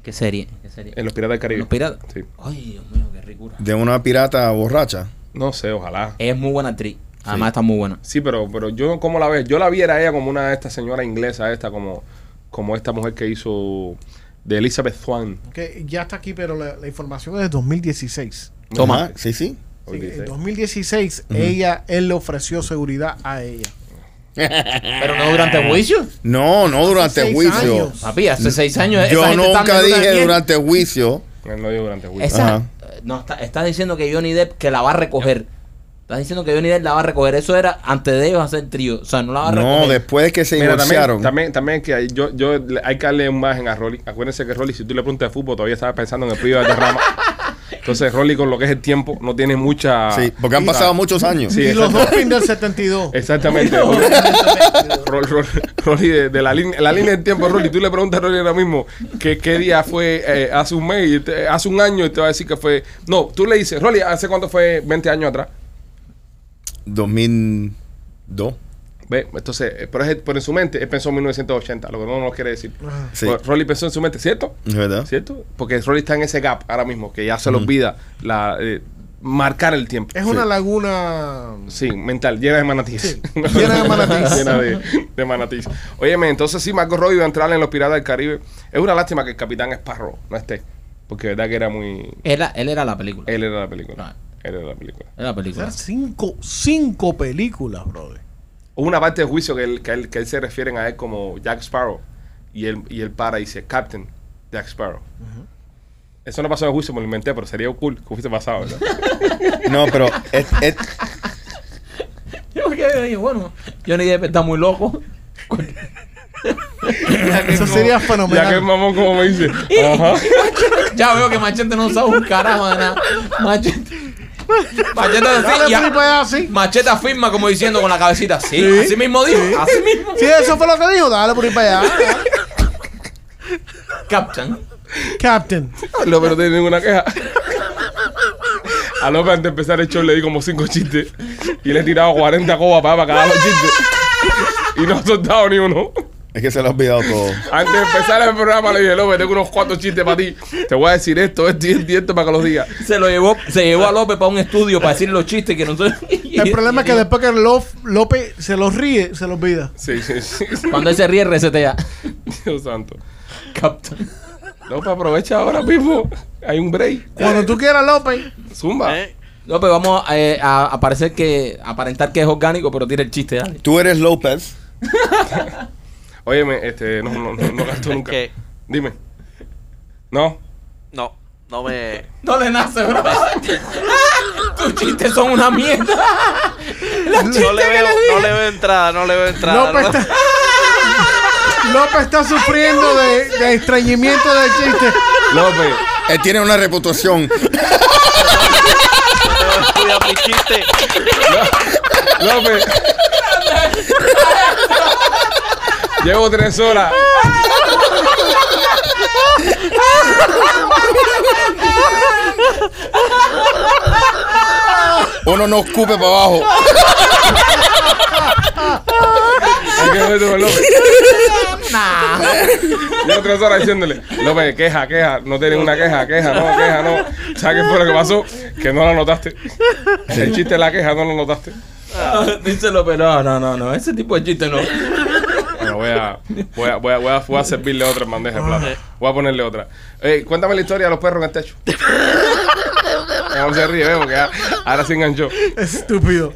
S4: ¿Qué serie? ¿Qué serie?
S3: En Los Piratas del Caribe.
S4: Los piratas.
S3: Sí.
S4: Ay, Dios mío, qué ricura.
S6: De una pirata borracha.
S3: No sé, ojalá.
S4: Ella es muy buena actriz. Además está muy buena.
S3: Sí, pero, pero yo como la veo, yo la viera a ella como una de estas señoras inglesas, esta, como, como esta mujer que hizo de Elizabeth Swan.
S5: Que ya está aquí, pero la, la información es de 2016.
S4: Toma.
S6: Ajá, Sí, sí.
S5: Sí, en 2016 ella, él le ofreció seguridad a ella.
S4: Pero no durante
S6: Eh.
S4: el juicio.
S6: No, no durante
S5: seis
S6: juicio.
S5: años.
S4: Papi, hace seis años. esa
S6: Yo
S4: gente estaba
S6: nunca
S4: metiendo una
S6: dije
S4: mierda.
S6: durante juicio.
S3: Él no dijo durante el juicio.
S4: Esa,
S6: Ajá.
S4: eh, no, está- estás diciendo que Johnny Depp que la va a recoger. Estás diciendo que Johnny Depp la va a recoger. Eso era antes de ellos hacer trío. O sea, no la va a recoger.
S6: No, después que se
S3: Mira, también,
S6: divorciaron.
S3: también, también que hay- yo, yo le- hay que darle un margen a Rolly. Acuérdense que Rolly, si tú le preguntas de fútbol, todavía estaba pensando en el pibe de
S6: (laughs)
S3: rama. Entonces, Rolly, con lo que es el tiempo, no tiene mucha.
S6: Sí, porque han
S3: Ah,
S6: pasado muchos años.
S3: Sí,
S5: y los
S3: exacto.
S5: doping del 72. (laughs)
S3: Exactamente. Rolly, Rol- Rol- Rolly, de, de la, línea, la línea del tiempo, Rolly, tú le preguntas a Rolly ahora mismo que, qué día fue eh, hace un mes, y te- hace un año, y te va a decir que fue. No, tú le dices, Rolly, ¿hace cuánto fue 20 años atrás?
S6: 2002.
S3: Ve, Entonces, eh, pero, es- pero en su mente, él pensó en 1980, lo que no nos quiere decir.
S5: Ah.
S6: Sí.
S3: Pero Rolly pensó en su mente, ¿cierto?
S6: ¿Es verdad?
S3: ¿Cierto? Porque Rolly está en ese gap ahora mismo, que ya se le olvida la, eh, marcar el tiempo.
S5: Es una
S6: Sí.
S5: laguna.
S3: Sí, mental, llena de manatíes. (laughs)
S5: llena de manatíes.
S3: llena de, de manatíes. Óyeme, entonces sí, Marco Robbie va a entrar en los Piratas del Caribe. Es una lástima que el Capitán Esparro no esté, porque de verdad que era muy...
S4: Él, él era la
S6: Eh.
S4: película.
S3: Él era la película.
S4: Ah.
S3: Él era la película.
S4: Era la película.
S5: Hacer
S4: (laughs)
S5: cinco, cinco películas, brother.
S3: Hubo una parte del juicio que él, que él, que él se refieren a él como Jack Sparrow. Y él, y él para y dice, Captain Jack Sparrow. Eso no pasó en el juicio, me lo inventé, pero sería cool que hubiese pasado, ¿verdad?
S5: (laughs)
S6: No, pero es- es-
S4: Yo me quedé ahí, bueno, Johnny Depp está muy loco.
S5: Eso sería
S3: ya que el
S5: fenomenal.
S3: mamón como me
S5: (laughs)
S3: dice, ajá.
S4: Ya veo que Machete no sabe un carajo de nada. Machete. Machete
S5: Dale,
S4: así,
S5: flipa,
S4: ya.
S5: ya, sí.
S4: Machete afirma como diciendo con la cabecita. Sí, así mismo dijo. Así mismo.
S5: Sí, eso fue lo que dijo. Dale por ahí para allá.
S4: Captain.
S5: (laughs) Captain.
S3: Ah, No, pero no tiene ninguna queja. A López antes de empezar el show le di como cinco chistes y le he tirado 40 cobas para, para cada los chistes. Y no ha soltado ni uno.
S6: es que se lo ha olvidado todo.
S3: Antes de empezar el programa le dije, López, tengo unos cuatro chistes para ti. Te voy a decir esto, esto y esto, y esto para que los digas.
S4: Se lo llevó, se llevó a López para un estudio para decir los chistes que no son.
S5: El problema es que después que Lof- López se los ríe, se los olvida.
S3: Sí, sí, sí.
S4: (laughs) Cuando él se ríe, resetea.
S3: Dios santo.
S4: Captain.
S3: López, aprovecha ahora mismo. Hay un break.
S5: Cuando tú quieras, López.
S3: Zumba.
S7: ¿Eh?
S4: López, vamos eh, a, a parecer que a aparentar que es orgánico, pero tiene el chiste, dale.
S6: Tú eres López.
S3: Óyeme, este, no, no, no, no gasto nunca.
S7: ¿Qué?
S3: Dime. No.
S7: No, no
S5: (laughs)
S7: me.
S4: No le nace, bro. (laughs) Tus chistes son una mierda.
S7: No le veo, no le veo entrada, no le veo entrada.
S5: López
S7: no le-
S4: (laughs)
S5: pues, está, (laughs) López está sufriendo de, de estreñimiento del chiste.
S3: López.
S6: Él tiene una reputación.
S7: no veo estudiar mi chiste.
S3: López. Llevo tres horas.
S6: Uno no escupe para abajo.
S3: Hay que ver con López. Llevo tres horas diciéndole, López, queja, queja, no tiene una queja, queja, no, queja, no. ¿Sabes qué fue lo que pasó? Que no lo notaste. El chiste de la queja no lo notaste.
S4: Dice López, no, no, no, no. Ese tipo de chiste no.
S3: Bueno, voy a, voy a, voy a, voy a, voy a servirle otra en bandeja de plata. Voy a ponerle otra. Ey, cuéntame la historia de los perros en el (laughs) techo. Vamos se ríe, vemos que ya- ahora se enganchó.
S5: Estúpido.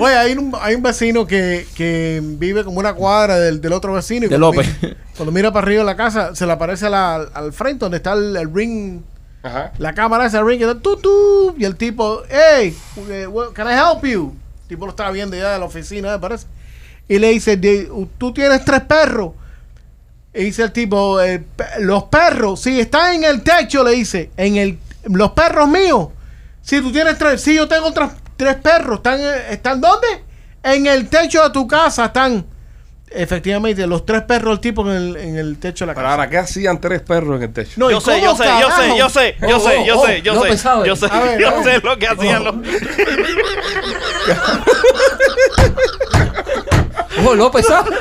S5: Oye, hay un, hay un vecino que, que vive como una cuadra del, del otro vecino. y
S4: De
S5: cuando
S4: López.
S5: mira- cuando mira para arriba de la casa, se le aparece la- al frente donde está el, el ring,
S3: Ajá.
S5: la cámara esa ring, que está tu, tu, y el tipo, hey, eh, well, can I help you? El tipo lo estaba viendo ya de la oficina, me parece. Y le dice, "De- tú tienes tres perros. Y dice el tipo, eh, pe- los perros, si están en el techo, le dice, en el, los perros míos. Si tú tienes tres, si yo tengo tres, tres perros, ¿están, eh, ¿están dónde? En el techo de tu casa están. Efectivamente, los tres perros del tipo en el, en el techo de la
S3: Pero
S5: casa.
S3: ahora, ¿qué hacían tres perros en el techo?
S5: No, ¿y
S7: ah, Yo sé,
S5: cómo
S7: yo sé, yo sé, yo
S5: carajo?
S7: sé, yo sé, yo
S4: Oh, oh,
S7: sé, yo
S4: no
S7: sé,
S4: pensaba.
S7: yo sé,
S5: A ver, a
S7: yo
S5: ver.
S7: sé lo que
S5: (laughs)
S7: hacían los.
S4: Oh, López, ¿sabes?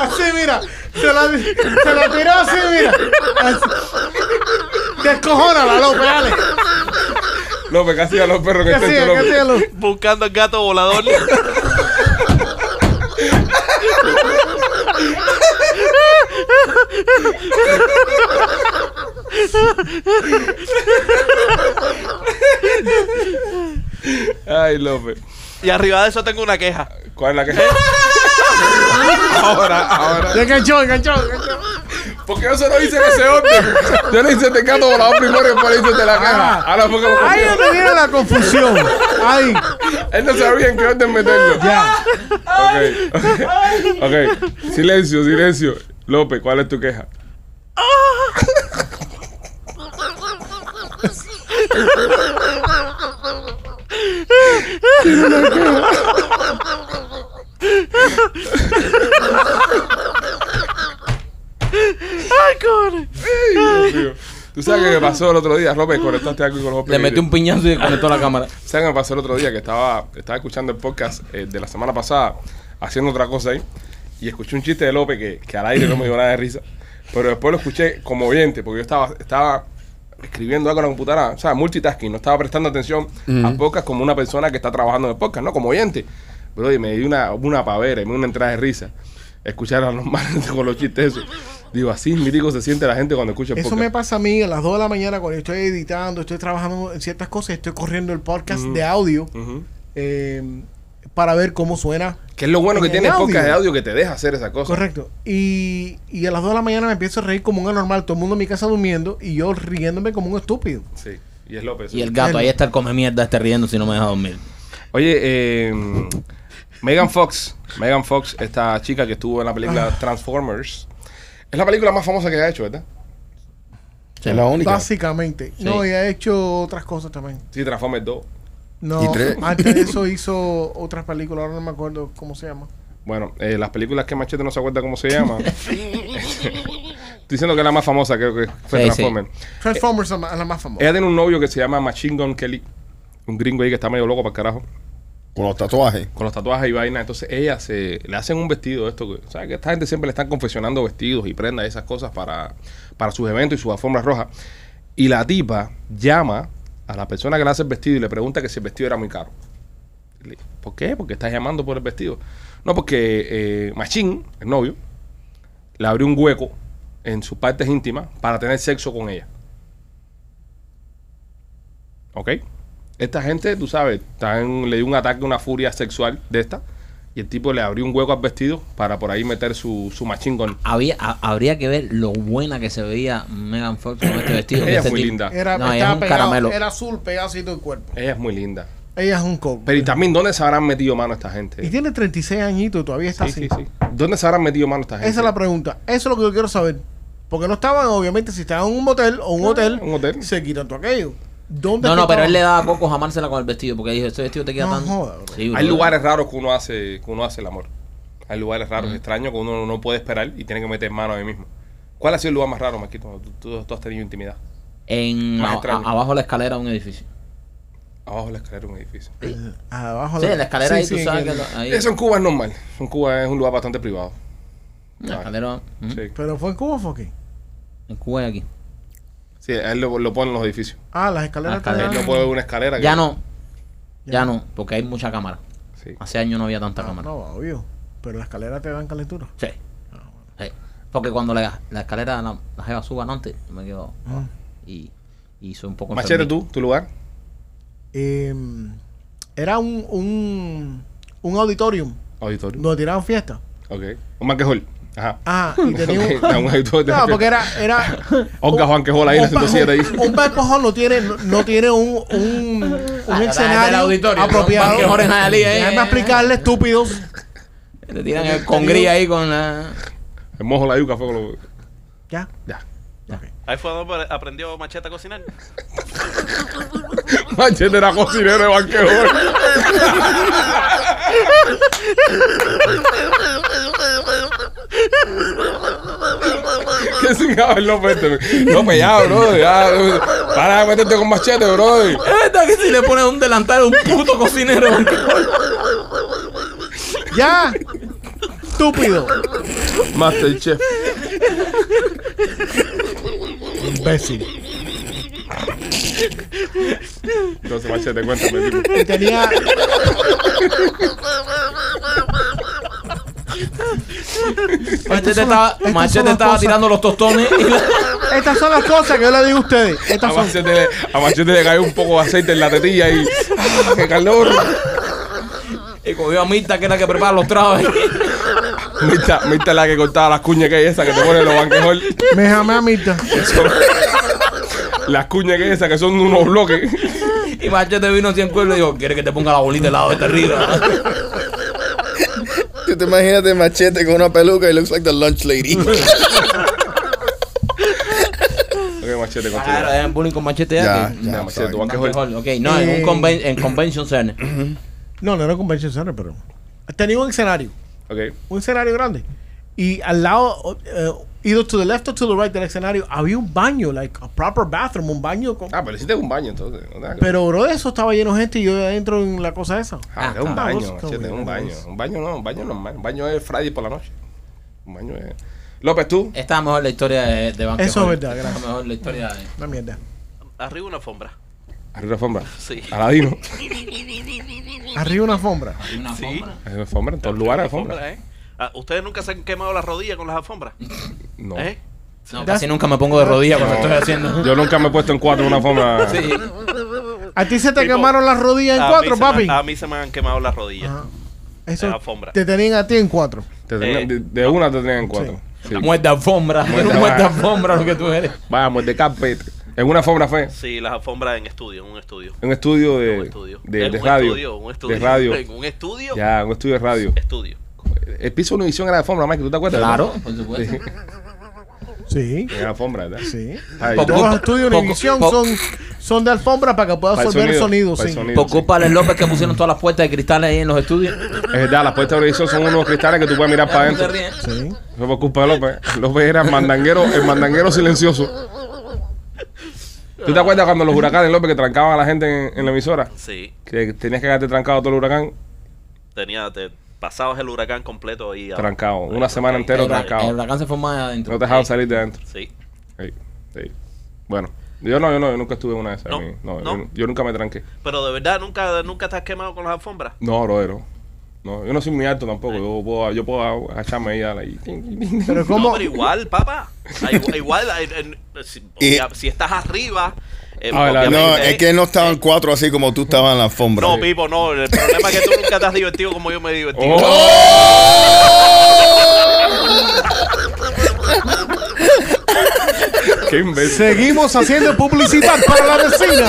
S5: Así, mira. Se la, se la tiró así, mira. Así. Descojona López, dale.
S3: López, ¿qué hacían los perros en
S5: ¿Qué
S3: el techo?
S5: hacía? ¿Qué
S3: López?
S5: hacía López?
S7: Buscando el gato volador.
S3: Ay, López.
S7: Y arriba de eso tengo una queja.
S3: ¿Cuál es (laughs) la que Ahora, ahora.
S5: Ya enganchó, enganchó, enganchó.
S3: Porque yo se lo hice en ese orden. Yo le hice el tecato volador primero y después le hice el de la caja. Ahora fue que lo
S5: Ahí es
S3: cogió.
S5: donde viene la confusión. Ahí.
S3: Él no sabía en qué orden meterlo.
S5: Ya.
S3: Ok. Ok. Silencio, silencio. López, ¿cuál es tu queja?
S5: Ay, cojones.
S3: Dios mío. Tú sabes que me pasó el otro día, López, conectaste algo con los
S4: Le metió un piñazo
S3: (laughs)
S4: y desconectó la cámara.
S3: ¿Sabes qué me pasó el otro día? Que estaba, estaba escuchando el podcast eh, de la semana pasada, haciendo otra cosa ahí, y escuché un chiste de López que, que al aire no me dio nada de risa, pero después lo escuché como oyente, porque yo estaba, estaba escribiendo algo en la computadora, o sea, multitasking, no estaba prestando atención al podcast como una persona que está trabajando en el podcast, no como oyente. Pero me di una, una pavera, y me dio una entrada de risa. Escuchar a los malos (laughs) con los chistes esos. Digo, así mítico se siente la gente cuando escucha el
S5: Eso me
S3: podcast.
S5: pasa a mí a las 2 de la mañana cuando estoy editando, estoy trabajando en ciertas cosas, estoy corriendo el podcast de audio
S3: Ujú.
S5: eh, para ver cómo suena.
S3: Que es lo bueno
S5: En
S3: que
S5: el
S3: tiene el podcast
S5: audio.
S3: de audio que te deja hacer esa cosa.
S5: Correcto. Y, y a las 2 de la mañana me empiezo a reír como un anormal, todo el mundo en mi casa durmiendo y yo riéndome como un estúpido.
S3: Sí, y es López.
S4: Y el gato, ahí está el come mierda, está riendo si no me deja dormir.
S3: Oye, eh, Megan Fox, Megan Fox, esta chica que estuvo en la
S4: Ah.
S3: película Transformers, es la película más famosa que ha hecho, ¿verdad?
S6: Es la única.
S5: Básicamente. No, y ha hecho otras cosas también.
S3: Sí, Transformers 2.
S5: No,
S6: Y tres.
S5: antes
S3: (laughs)
S5: de eso hizo otras películas, ahora no me acuerdo cómo se llama.
S3: Bueno, eh, las películas que Machete no se acuerda cómo se llama.
S4: (laughs)
S3: Estoy diciendo que es la más famosa, creo que fue
S4: Sí,
S3: Transformers.
S5: Transformers es la- es la más famosa.
S3: Ella tiene un novio que se llama Machine Gun Kelly, un gringo ahí que está medio loco para carajo.
S6: Con los tatuajes.
S3: con los tatuajes y vaina. Entonces ella se le hacen un vestido de esto. que- ¿Sabes? Que esta gente siempre le están confeccionando vestidos y prendas y esas cosas para, para sus eventos y sus alfombras rojas. Y la tipa llama a la persona que le hace el vestido y le pregunta que si el vestido era muy caro. Y le- ¿Por qué? Porque estás llamando por el vestido. No, porque eh, Machín, el novio, le abrió un hueco en sus partes íntimas para tener sexo con ella. ¿Ok? Esta gente, tú sabes, tan- le dio un ataque, una furia sexual de esta. Y el tipo le abrió un hueco al vestido para por ahí meter su, su machín con.
S4: Había, ha- habría que ver lo buena que se veía Megan Fox con este vestido.
S3: Ella es
S4: Este
S3: muy
S4: tipo-
S3: linda.
S5: Era,
S4: No, ella
S5: estaba
S4: es un
S5: pegado,
S4: caramelo.
S5: era azul pegado así todo el cuerpo.
S3: Ella es muy linda.
S5: Ella es un coco.
S3: Pero y también, ¿dónde se habrán metido mano esta gente?
S5: Y tiene 36 añitos y todavía está
S3: Sí, sí,
S5: así.
S3: sí. ¿Dónde se habrán metido mano esta gente?
S5: Esa es la pregunta. Eso es lo que yo quiero saber. Porque no estaban, obviamente, si estaban en un motel o un hotel,
S3: Ah, un hotel.
S5: se quitan todo aquello. ¿Dónde
S4: No,
S5: es
S4: no,
S5: que
S4: pero
S5: estaban?
S4: él le daba coco jamársela con el vestido porque dijo, este vestido te queda
S5: No
S4: tan...
S5: joda, bro.
S4: Sí,
S3: Hay
S4: bro.
S3: lugares raros que uno hace, que uno hace el amor. Hay lugares raros, extraños, que uno no puede esperar y tiene que meter mano a mí mismo. ¿Cuál ha sido el lugar más raro, Maquito? Tú, tú- tú has tenido intimidad.
S4: En,
S3: Más
S4: a-
S3: extraño.
S4: a- abajo de la escalera de un edificio.
S3: Abajo de la escalera de un edificio.
S5: Abajo
S4: Sí, en la escalera ahí
S5: sí,
S4: tú
S5: sí,
S4: sabes
S5: que-
S4: que... lo- ahí-
S3: Eso en Cuba es normal. En Cuba es un lugar bastante privado.
S4: La escalera... ujú.
S3: Sí.
S5: Pero fue en Cuba o fue aquí.
S4: En Cuba y aquí.
S3: Sí, a él lo, lo ponen en los edificios.
S5: Ah, las escaleras.
S4: Las escaleras.
S3: Él no puede ver una escalera. que-
S4: Ya no. Ya no, porque hay mucha cámara.
S3: Sí.
S4: Hace años no había tanta
S5: Ah,
S4: cámara.
S5: no, obvio. Pero las escaleras te dan calentura.
S4: Sí.
S5: Ah,
S4: Sí. Porque cuando la, la escalera, la, la jeva suba antes, yo me quedo...
S5: Ah.
S4: Y, y soy un poco...
S3: Machete,
S4: enfermito.
S3: tú, tu lugar.
S5: Eh, era un, un, un auditorium
S3: Auditorio.
S5: donde tiraban fiestas.
S3: Ok. Un banquejol. Ajá.
S5: Ah, y tenía
S3: Ok,
S5: un.
S3: está un auditorio.
S5: No, porque era. era
S3: Onga Juan Quejol ahí en la
S5: un pa-
S3: 107 ahí.
S5: Un Pajol no tiene, no, no tiene un, un, un
S4: del
S5: escenario
S4: auditorio, ¿no?
S5: apropiado.
S4: Parque Jorge Jalí, eh.
S5: Déjame explicarle, estúpidos.
S4: Te tiran el con gris ahí con la...
S3: El mojo la yuca fue con lo.
S5: Ya.
S3: Ya.
S7: Ahí fue donde aprendió Machete a cocinar.
S3: (laughs) Machete era cocinero de banquejol. (laughs) Qué cingado el López. este. López, ya, bro. Ya. Para de meterte con machete, bro.
S4: Es verdad que si le pones un delantal a un puto cocinero.
S5: Ya. Estúpido.
S3: Masterchef.
S5: Imbécil.
S3: Entonces, machete, cuéntame. dime.
S5: Y tenía.
S4: Machete te estaba,
S5: estas son
S4: machete
S5: las
S4: estaba
S5: cosas.
S4: tirando los tostones. Y la-
S5: Estas son las cosas que yo le digo a ustedes.
S3: A
S5: Estas son.
S3: Machete, le- a Machete le cayó un poco de aceite en la tetilla y. ¡Ah, ¡Qué calor!
S4: y Cogió a Mirta, que es la que prepara los tragos.
S3: Mirta, Mirta es la que cortaba las cuñas que hay esa que te ponen los banquejol.
S5: Me jamé a Mirta.
S3: Las cuñas que hay esas que son de unos bloques.
S4: y Machete vino sin cuernos y dijo, ¿quieres que te ponga la bolita al lado de este (laughs) arriba?
S6: Tú te imaginas de machete con una peluca y looks like the lunch lady.
S3: Ok, machete,
S4: Claro,
S7: Ah,
S3: continúa.
S4: dejan bullying con Machete ya.
S6: ya,
S4: que-
S3: Ya,
S6: ya.
S3: machete, tu
S6: sorry.
S3: banquejol.
S4: Mejor, Ok, no, en un conven- en convention center.
S5: No, no era Convention Center, pero. Tenía un escenario.
S3: Ok.
S5: un escenario grande. Y al lado, eh, either to the left or to the right del escenario, había un baño, like a proper bathroom, un baño. Con,
S3: Ah, pero hiciste un baño entonces. no te hagas.
S5: pero, bro, eso estaba lleno de gente y yo adentro en la cosa esa.
S3: Ah, es un
S5: Ah,
S3: baño,
S5: vos,
S3: machete, es
S5: cabrón,
S3: un baño.
S5: vos.
S3: Un baño no, un baño normal. Un baño es Friday por la noche. Un baño es. López, tú.
S4: Está mejor la historia de, de Banquet
S5: Eso es
S4: Hall.
S5: verdad,
S4: Está
S5: gracias.
S4: mejor la historia de...
S5: Una mierda.
S7: Arriba una alfombra.
S3: Arriba la alfombra.
S7: Sí.
S3: Aladino.
S5: Arriba una alfombra.
S4: Hay una alfombra.
S3: Arriba la alfombra, en todos lugares alfombra.
S7: Alfombra, ¿eh? Ah, ¿Ustedes nunca se han quemado las rodillas con las alfombras?
S3: No.
S7: ¿Eh?
S4: No, casi nunca me pongo de rodillas cuando
S3: No.
S4: estoy haciendo...
S3: Yo nunca me he puesto en cuatro en una alfombra.
S4: Sí.
S5: A ti se te
S7: Tipo,
S5: quemaron las rodillas en
S7: A mí
S5: cuatro,
S7: se me-
S5: papi.
S7: a mí se me han quemado las rodillas.
S5: Ajá. Eso
S7: en alfombra.
S5: te tenían a ti en cuatro.
S3: Te tenían-
S7: Eh,
S3: de, de una te tenían en cuatro. Sí.
S4: Muerta alfombra.
S3: Muerta-
S4: Muerta alfombra lo que tú eres.
S3: Vamos, de carpet. En una alfombra fue.
S7: Sí, las alfombras en estudio, en un estudio.
S3: En un estudio de,
S7: un estudio.
S3: de,
S7: En
S3: de
S7: un
S3: radio.
S7: estudio, un estudio.
S3: De radio.
S7: En un estudio.
S3: Ya, un estudio de radio.
S7: Estudio.
S3: El piso de Univisión era de alfombra, Mike, ¿tú te acuerdas?
S4: Claro, por supuesto.
S3: Sí,
S5: Sí.
S3: era de alfombra, ¿verdad?
S5: Sí.
S3: Ay,
S4: Poco-
S5: Todos los estudios de
S4: poco-
S5: Univision
S4: poco-
S5: son, son de alfombra para que puedas
S3: Para el
S5: absorber el
S3: sonido,
S5: sonido.
S3: para el
S5: sí.
S3: sonido.
S4: Por culpa de López que pusieron todas las puertas de cristales ahí en los estudios.
S3: es verdad, las puertas de Univisión son unos cristales que tú puedes mirar para
S4: Ya, tú te
S3: adentro.
S4: ríes.
S5: Sí.
S3: Fue por culpa de López. López era el mandanguero, el mandanguero silencioso. ¿Tú te acuerdas cuando los huracanes López que trancaban a la gente en, en la emisora?
S7: Sí.
S3: Que tenías que quedarte trancado todo el huracán.
S7: Tenía, te pasabas el huracán completo ahí. abajo.
S3: Trancado, una semana entera
S4: El hura-
S3: trancado.
S4: El huracán se forma de adentro.
S3: No te dejaban salir de adentro.
S7: Sí.
S3: Ey, ey. Bueno, yo no, yo no, yo nunca estuve en una de esas.
S7: No,
S3: a mí. No,
S7: no.
S3: Yo, yo nunca me tranqué.
S7: Pero de verdad, ¿nunca, nunca te has quemado con las alfombras?
S3: No, broero. No, yo no soy muy alto tampoco. Yo puedo, yo puedo agacharme ahí a la.
S5: Pero
S7: No,
S5: como
S7: pero igual, papá.
S6: (laughs)
S7: Ah, Igual, igual, eh, eh, si,
S6: Y-
S7: obvia- si estás arriba... eh,
S3: Ah, la-
S6: No,
S7: obviamente,
S6: es que no estaban cuatro así como tú estabas en la alfombra.
S7: No, Pipo, no. El problema es que tú nunca te has divertido como yo me he
S3: Oh.
S7: divertido.
S3: (laughs) ¡Qué imbécil!
S5: seguimos haciendo publicidad para la vecina.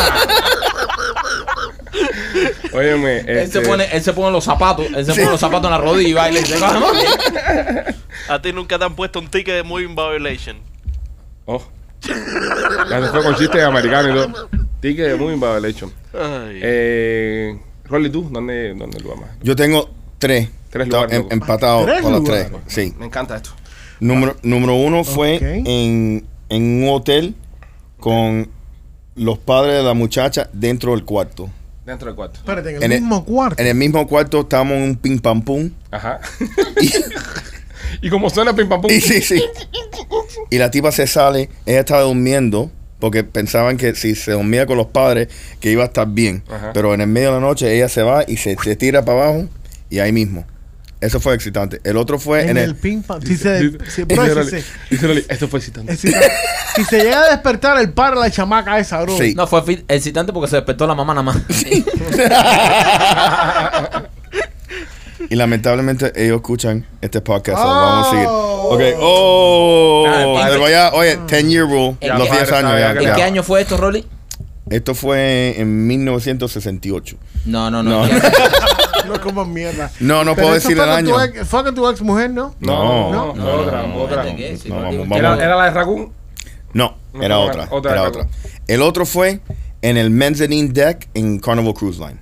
S3: Óyeme.
S4: Él
S3: este,
S4: se, pone, él se pone los zapatos, él se pone los zapatos en la rodilla y baila y se va.
S7: A ti nunca te han puesto un ticket de moving violation.
S3: Oh. Ya se fue con chistes americanos y todo. Ticket de Moving Violation.
S7: Ay.
S3: Eh. Rolly, ¿tú? ¿Dónde, dónde lugar más?
S6: Yo tengo tres.
S3: Tres
S6: Está-
S3: lugares,
S6: em-
S3: loco.
S6: empatados
S5: Tres
S6: con los
S5: lugares.
S6: tres. Eh, Sí.
S3: Me encanta esto.
S6: Número, número uno fue
S5: Ok.
S6: en, en un hotel con los padres de la muchacha dentro del cuarto.
S3: Dentro del cuarto.
S5: Espérate, en el
S6: En el-
S5: mismo cuarto.
S6: En el mismo cuarto estábamos en un pim pam pum.
S3: Ajá. (laughs) y como suena pim pam pum.
S6: Y (laughs) sí, sí. Y la tipa se sale, ella estaba durmiendo porque pensaban que si se dormía con los padres que iba a estar bien.
S3: Ajá.
S6: Pero en el medio de la noche ella se va y se, se tira para abajo y ahí mismo. Eso fue excitante. El otro fue
S5: en, el, ping pong. Si se,
S3: Dice- dice
S5: si- bro, si
S3: Rolly,
S5: se- eh,
S3: dice Rolly, esto fue excitante.
S5: si- si se llega a despertar el par la chamaca esa, bro.
S6: Sí.
S4: (laughs) No, fue fi- excitante porque se despertó la mamá nada más.
S6: Y lamentablemente ellos escuchan este podcast.
S5: Oh.
S6: so vamos a seguir. Ok. Oh.
S3: Ah,
S6: Pero ya, oye, 10 year rule.
S4: Ya,
S6: los
S4: padre,
S6: 10 años.
S3: sabe,
S6: ya,
S3: ya
S4: ¿En
S6: ya.
S4: qué año fue esto, Rolly?
S6: Esto fue en 1968.
S4: No, no, no.
S6: No.
S5: No como mierda.
S6: No, no
S5: Pero
S6: puedo
S5: eso
S6: decir
S5: fue
S6: el
S5: con tu
S6: año.
S5: ex- fue con tu ex mujer, ¿no?
S3: no,
S6: No, no,
S3: no, otra, otra.
S4: ¿Este qué? Si
S6: No,
S4: no
S6: vamos,
S4: digo-
S6: vamos.
S3: Era, era la de Raccoon.
S6: No,
S3: No,
S6: era
S3: no,
S6: otra.
S3: otra,
S6: Era
S3: otra.
S6: otra. El otro fue en el mezzanine deck en Carnival Cruise Line.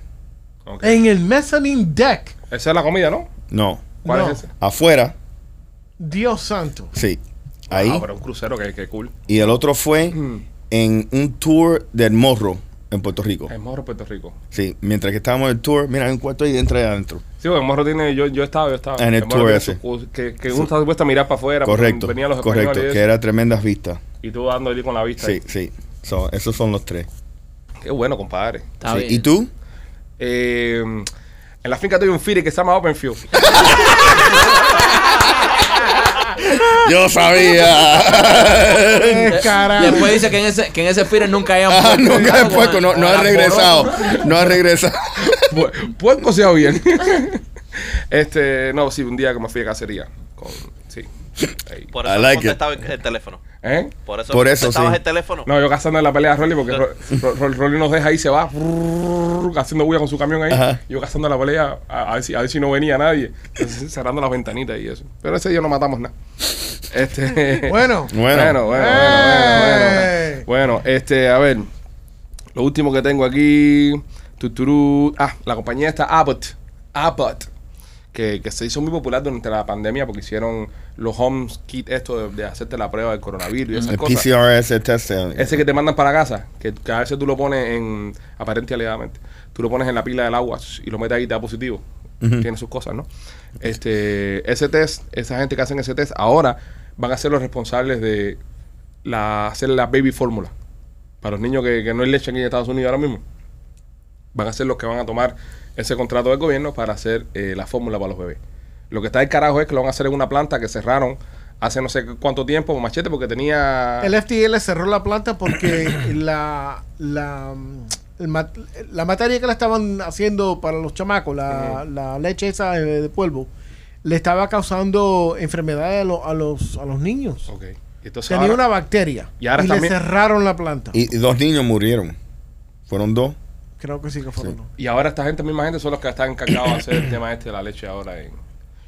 S3: Ok.
S5: En el mezzanine deck.
S3: Esa es la comida, ¿no?
S6: No.
S3: ¿Cuál
S5: No.
S3: es esa?
S6: Afuera,
S5: Dios santo.
S6: sí. Ahí.
S3: Ah, pero un crucero que, que cool.
S6: Y el otro fue
S5: Hmm.
S3: Mm.
S6: en un tour del morro en Puerto Rico.
S3: El Morro, Puerto Rico.
S6: Sí, mientras que estábamos en el tour, mira, hay un cuarto ahí dentro y adentro.
S3: Sí, porque el Morro tiene. Yo, yo estaba, yo estaba.
S6: En el
S3: Morro
S6: tour
S3: tiene
S6: ese.
S3: su- Que, que uno está dispuesto a mirar para afuera. porque
S6: Correcto,
S3: Venían los
S6: correcto,
S3: españoles
S6: que era tremendas vistas.
S3: Y tú dando allí con la vista.
S6: Sí, sí. So, esos son los tres.
S3: Qué bueno, compadre.
S4: Está
S6: Sí.
S4: bien.
S6: ¿Y tú?
S3: Eh, en la finca tuve un fire que se llama Openfield.
S5: (laughs)
S4: (laughs)
S6: Yo sabía. (laughs)
S5: Eh, Carajo.
S4: Después dice que en ese, que en ese Fire nunca hayamos
S6: Ah, (laughs) nunca
S4: (laughs)
S6: he puesto, no, no ha regresado. No ha regresado.
S3: Pu- Puerco se bien. (laughs) Este, no, sí, un día que me fui a cacería. Con, sí. Ahí.
S7: Por
S6: I
S7: eso
S6: like
S7: no contestaba el, el teléfono.
S3: ¿Eh?
S7: Por eso,
S6: Por
S7: no
S6: eso,
S7: contestabas
S6: sí.
S7: el teléfono.
S3: No, yo cazando en la pelea a Rolly porque Ro- Ro- Ro- Rolly nos deja ahí, se va brrr, haciendo bulla con su camión ahí.
S6: Ajá.
S3: Yo cazando la pelea a, a ver si, a ver si no venía nadie. Entonces, cerrando las ventanitas y eso. Pero ese día no matamos nada. Este,
S5: Bueno.
S6: Bueno.
S3: bueno, bueno, bueno, bueno, bueno. Bueno, este, a ver. Lo último que tengo aquí. tuturú. Ah, la compañía está Abbott. Abbott. Que, que se hizo muy popular durante la pandemia porque hicieron los home kit esto de, de hacerte la prueba del coronavirus y esas
S6: El
S3: cosas.
S6: PCR ese test. eh,
S3: Ese que te mandan para casa, que, que a veces tú lo pones en, aparente y alegadamente, tú lo pones en la pila del agua sh, y lo metes ahí y te da positivo. Tiene sus cosas, ¿no? Este, ese test, esa gente que hacen ese test, ahora van a ser los responsables de la, hacer la baby fórmula para los niños que, que no hay leche aquí en Estados Unidos ahora mismo. Van a ser los que van a tomar ese contrato del gobierno para hacer eh, la fórmula para los bebés. Lo que está del carajo es que lo van a hacer en una planta que cerraron hace no sé cuánto tiempo, machete, porque tenía...
S5: El FTL cerró la planta porque
S6: (coughs)
S5: la, la, mm, el mat- la materia que le estaban haciendo para los chamacos, la, la leche esa de, de polvo, le estaba causando enfermedades a, lo- a los, a los niños.
S3: Ok. Entonces
S5: Tenía
S3: ahora-
S5: una bacteria
S3: Y ahora
S5: le
S3: también-
S5: cerraron la planta.
S6: Y, y dos niños murieron. Fueron dos.
S5: Creo que sí que fueron.
S6: Sí.
S5: ¿no?
S3: Y ahora esta gente, misma gente, son los que están encargados de hacer el tema este de la leche ahora. En...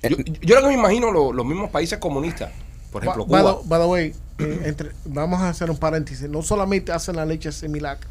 S3: Yo, yo lo que me imagino, lo- los mismos países comunistas, por ejemplo,
S5: Ba- by,
S3: Cuba.
S5: the- by the way, eh, entre- vamos a hacer un paréntesis. No solamente hacen la leche Similac,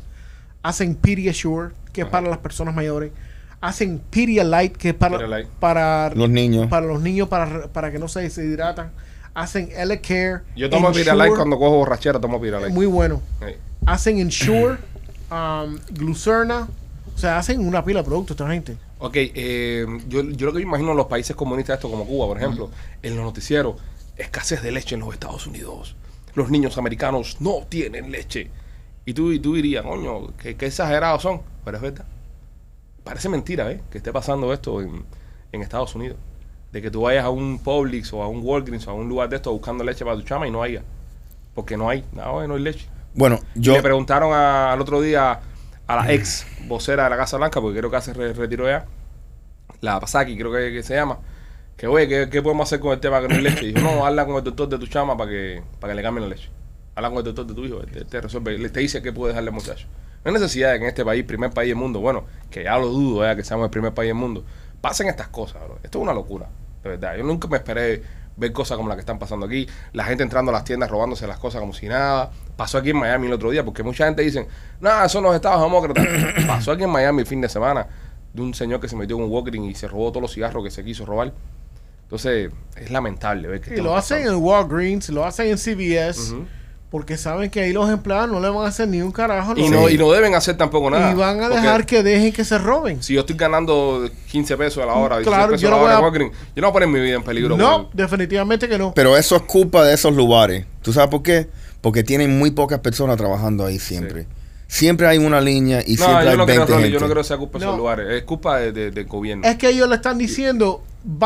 S5: hacen Pediasure, que es para las personas mayores. Hacen Pedialyte, que es para,
S3: Pedialyte.
S5: para
S6: Los niños.
S5: para los niños para, para que no se deshidratan. Hacen L-Care.
S3: Yo tomo
S5: Ensure,
S3: Piralite cuando cojo borrachera, tomo Piralite.
S5: Muy bueno.
S3: Sí.
S5: Hacen Ensure, (clears throat) um, Glucerna. O sea, hacen una pila de productos esta gente.
S3: Ok, eh, yo, yo lo que me imagino los países comunistas, esto como Cuba, por ejemplo, en los noticieros, escasez de leche en los Estados Unidos. Los niños americanos no tienen leche. Y tú, y tú dirías, coño, qué, qué exagerados son. Pero es verdad. Parece mentira, ¿eh? Que esté pasando esto en, en Estados Unidos. De que tú vayas a un Publix o a un Walgreens o a un lugar de estos buscando leche para tu chama y no haya. Porque no hay, no, no hay leche.
S6: Bueno,
S3: Yo,
S6: yo.
S3: le preguntaron a- al otro día a la ex vocera de la Casa Blanca, porque creo que hace re- retiró ya, la Pasaki, creo que, que se llama, que oye, ¿qué, qué podemos hacer con el tema que no hay leche? Dijo, no, habla con el doctor de tu chama para que, para que le cambien la leche. Habla con el doctor de tu hijo, él te, te resuelve, le- te dice qué puede dejarle al muchacho. No hay necesidad de que en este país, primer país del mundo, bueno, que ya lo dudo, eh, que seamos el primer país del mundo, pasen estas cosas, bro. Esto es una locura, de verdad. Yo nunca me esperé ver cosas como las que están pasando aquí, la gente entrando a las tiendas robándose las cosas como si nada. Pasó aquí en Miami el otro día, porque mucha gente dice, nada, son los estados demócratas. (coughs) Pasó aquí en Miami el fin de semana de un señor que se metió en un walking y se robó todos los cigarros que se quiso robar. Entonces, es lamentable ver que
S5: Y
S3: estemos
S5: lo hacen
S3: pasando.
S5: en Walgreens, lo hacen en CVS,
S3: Ujú.
S5: porque saben que ahí los empleados no le van a hacer ni un carajo.
S3: y,
S5: los-
S3: no,
S6: Sí.
S3: y no deben hacer tampoco nada.
S5: y van a
S3: porque
S5: dejar que dejen que se roben.
S3: Si yo estoy ganando 15 pesos a la hora, 16
S5: Claro,
S3: pesos
S5: yo
S3: a la
S5: no
S3: hora en
S5: voy a-
S3: Walgreens, yo no voy a poner mi vida en peligro.
S5: No,
S3: por-
S5: definitivamente que no.
S6: Pero eso es culpa de esos lugares. ¿Tú sabes por qué? Porque tienen muy pocas personas trabajando ahí siempre. Siempre hay una línea y
S3: No,
S6: siempre
S3: yo
S6: hay
S3: no, creo,
S6: 20
S3: Rolly,
S6: gente.
S3: yo no creo que sea culpa de esos
S5: No.
S3: lugares. Es culpa de- de- del gobierno.
S5: Es que ellos le están diciendo,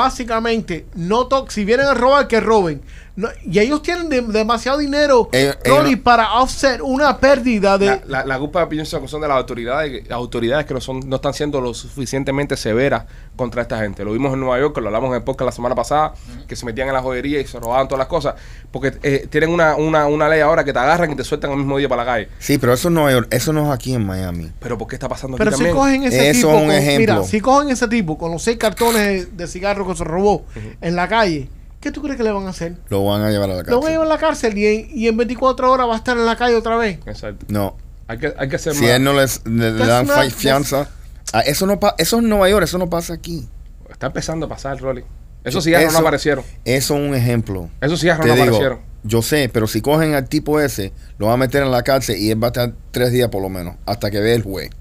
S5: básicamente, no to- si vienen a robar, que roben. No- y ellos tienen de- demasiado dinero,
S6: Ellos-
S5: Rolly,
S6: ellos-
S5: para offset una pérdida de...
S3: La, la, la culpa pienso que son de las autoridades, que- las autoridades que no son, no están siendo lo suficientemente severas contra esta gente. Lo vimos en Nueva York, que lo hablamos en el podcast la semana pasada, que se metían en la joyería y se robaban todas las cosas, porque eh, tienen una, una, una ley ahora que te agarran y te sueltan el mismo día para la calle.
S6: Sí, pero eso es Nueva York. Eso no es aquí en Miami.
S3: Pero ¿por qué está pasando
S5: pero
S3: aquí
S5: si
S3: también?
S5: cogen ese
S6: Eso
S5: tipo,
S6: es un
S5: con- mira,
S6: ejemplo.
S5: si cogen ese tipo con los seis cartones de, de cigarro que se robó en la calle, ¿qué tú crees que le van a hacer?
S6: Lo van a llevar a
S5: Lo van
S6: la
S5: a
S6: cárcel.
S5: llevar a la cárcel y en, y en 24 horas va a estar en la calle otra vez.
S3: Exacto.
S6: No.
S3: Hay que, hay que ser
S6: Si
S3: más.
S6: él no les, le, le
S5: That's
S6: dan
S5: not-
S6: fi- fianza. Ah, Eso no pa- eso es Nueva York. Eso no pasa aquí.
S3: Está empezando a pasar, Rolly. Esos cigarros
S6: Eso-
S3: no aparecieron.
S6: Eso es un ejemplo.
S3: Esos cigarros
S6: Te
S3: no
S6: digo,
S3: aparecieron.
S6: yo sé, pero si cogen al tipo ese, lo van a meter en la cárcel y él va a estar tres días por lo menos, hasta que ve el juez.